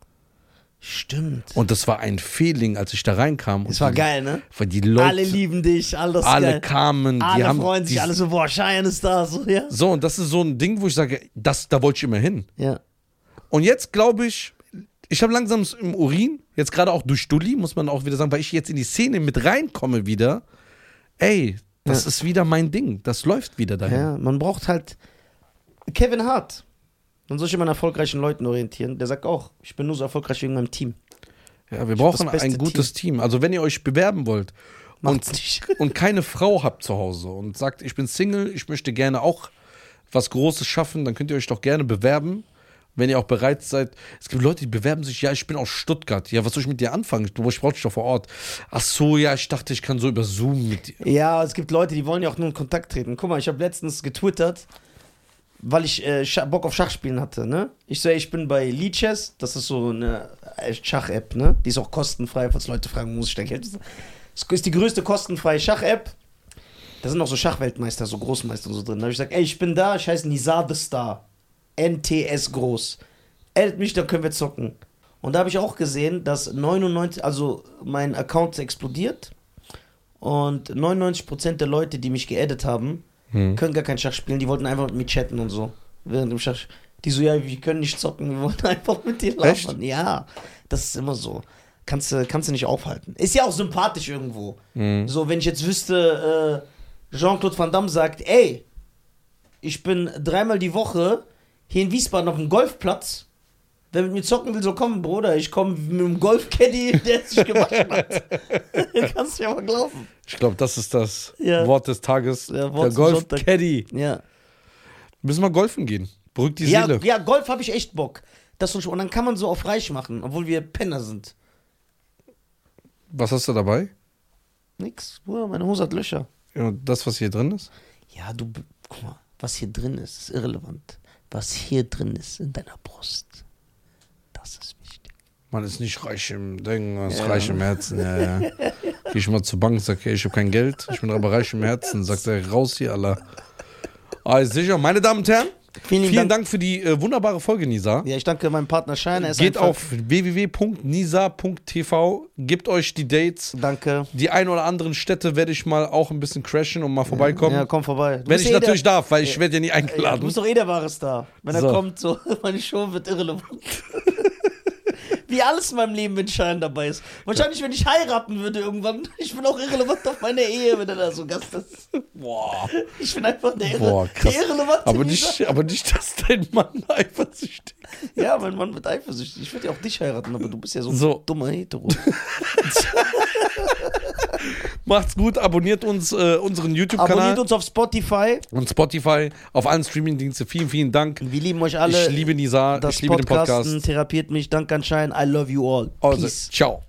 S2: Stimmt.
S1: Und das war ein Feeling, als ich da reinkam.
S2: Das
S1: Und
S2: war
S1: die-
S2: geil, ne?
S1: Weil die Leute,
S2: alle
S1: alle,
S2: lieben dich, alle, das ist geil.
S1: kamen.
S2: alle
S1: die haben
S2: freuen sich,
S1: die-
S2: alle so, boah, Cheyenne ist da, so, ja.
S1: So, und das ist so ein Ding, wo ich sage, das, da wollte ich immer hin.
S2: Ja.
S1: Und jetzt glaube ich, ich habe langsam es im Urin, jetzt gerade auch durch Dulli, muss man auch wieder sagen, weil ich jetzt in die Szene mit reinkomme wieder. Ey, das ist wieder mein Ding. Das läuft wieder dahin.
S2: Ja, man braucht halt Kevin Hart. Man soll sich immer an erfolgreichen Leuten orientieren. Der sagt auch, ich bin nur so erfolgreich wegen meinem Team.
S1: Ja, wir brauchen
S2: das beste
S1: ein gutes Team. Also, wenn ihr euch bewerben wollt und,
S2: Macht's nicht.
S1: und keine Frau habt zu Hause und sagt, ich bin Single, ich möchte gerne auch was Großes schaffen, dann könnt ihr euch doch gerne bewerben. Wenn ihr auch bereit seid, es gibt Leute, die bewerben sich, ja, ich bin aus Stuttgart. Ja, was soll ich mit dir anfangen? Ich, ich brauche dich doch vor Ort. Ach so, ja, ich dachte, ich kann so über Zoom mit dir.
S2: Ja, es gibt Leute, die wollen ja auch nur in Kontakt treten. Guck mal, ich habe letztens getwittert, weil ich äh, Scha- Bock auf Schachspielen hatte, ne? Ich so, ey, ich bin bei Lee Chess, das ist so eine äh, Schach-App, ne? Die ist auch kostenfrei, falls Leute fragen, muss ich da Geld bezahlen? Es ist die größte kostenfreie Schach-App. Da sind auch so Schachweltmeister, so Großmeister und so drin. Da habe ich gesagt, ey, ich bin da, ich heiße Nizade Star. NTS groß. Addet mich, dann können wir zocken. Und da habe ich auch gesehen, dass 99, also mein Account ist explodiert. Und 99% der Leute, die mich geaddet haben, können gar kein Schach spielen. Die wollten einfach mit mir chatten und so. Während dem Schach. Die so, ja, wir können nicht zocken, wir wollen einfach mit dir laufen. Ja, das ist immer so. Kannst du kannst du nicht aufhalten. Ist ja auch sympathisch irgendwo. So, wenn ich jetzt wüsste, äh, Jean-Claude Van Damme sagt, ey, ich bin dreimal die Woche hier in Wiesbaden auf dem Golfplatz. Wer mit mir zocken will, so kommen, Bruder. Ich komme mit dem Golfcaddy, der sich gewaschen hat. Kannst du ja mal glauben.
S1: Ich glaube, das ist das
S2: Ja.
S1: Wort des Tages.
S2: Ja, Wort
S1: der
S2: zum
S1: Golf
S2: Sonntag.
S1: Caddy.
S2: Ja.
S1: Müssen wir golfen gehen. Beruhigt die
S2: Ja,
S1: Seele.
S2: ja, Golf habe ich echt Bock. Das und, und dann kann man so auf reich machen, obwohl wir Penner sind.
S1: Was hast du dabei?
S2: Nix, Bruder, meine Hose hat Löcher.
S1: Ja, Das, was hier drin ist?
S2: Ja, du, b- guck mal, was hier drin ist, ist irrelevant. Was hier drin ist in deiner Brust, das ist wichtig.
S1: Man ist nicht reich im Denken, man ist reich im Herzen. Ja, ja. Geh ich mal zur Bank, sag, ey, ich habe kein Geld, ich bin aber reich im Herzen. Sagt er, raus hier, Allah. Alles sicher. Meine Damen und Herren,
S2: Vielen,
S1: vielen Dank für die äh, wunderbare Folge, Nisa.
S2: Ja, ich danke meinem Partner Schein. Er ist
S1: Geht
S2: einfach-
S1: auf www.nisa.tv, gebt euch die Dates.
S2: Danke.
S1: Die ein oder anderen Städte werde ich mal auch ein bisschen crashen und mal vorbeikommen.
S2: Ja, komm vorbei. Du
S1: Wenn
S2: bist
S1: ich
S2: eh der-
S1: natürlich darf, weil ich werde ja nie
S2: Ja, du
S1: eingeladen.
S2: bist doch eh der wahre Star. Wenn
S1: So.
S2: er kommt, so, meine Show wird irrelevant. Wie alles in meinem Leben, wenn Schein dabei ist. Wahrscheinlich, wenn ich heiraten würde irgendwann, ich bin auch irrelevant auf meine Ehe, wenn er da so Gast ist.
S1: Boah.
S2: Ich bin einfach der, Irre,
S1: Boah, krass.
S2: der irrelevante.
S1: Aber
S2: dieser-
S1: nicht, aber nicht, dass dein Mann eifersüchtig
S2: Ja, mein Mann wird eifersüchtig. Ich würde ja auch dich heiraten, aber du bist ja so ein
S1: So.
S2: dummer Hetero.
S1: Macht's gut, abonniert uns äh, unseren
S2: Abonniert
S1: YouTube-Kanal
S2: uns auf Spotify.
S1: und Spotify auf allen Streaming-Diensten. Vielen, vielen Dank.
S2: Wir lieben euch alle.
S1: ich liebe Nisa,
S2: das
S1: ich liebe den
S2: Podcasten,
S1: Podcast.
S2: therapiert mich. Danke an Schein. I love you all.
S1: Also,
S2: Peace.
S1: ciao.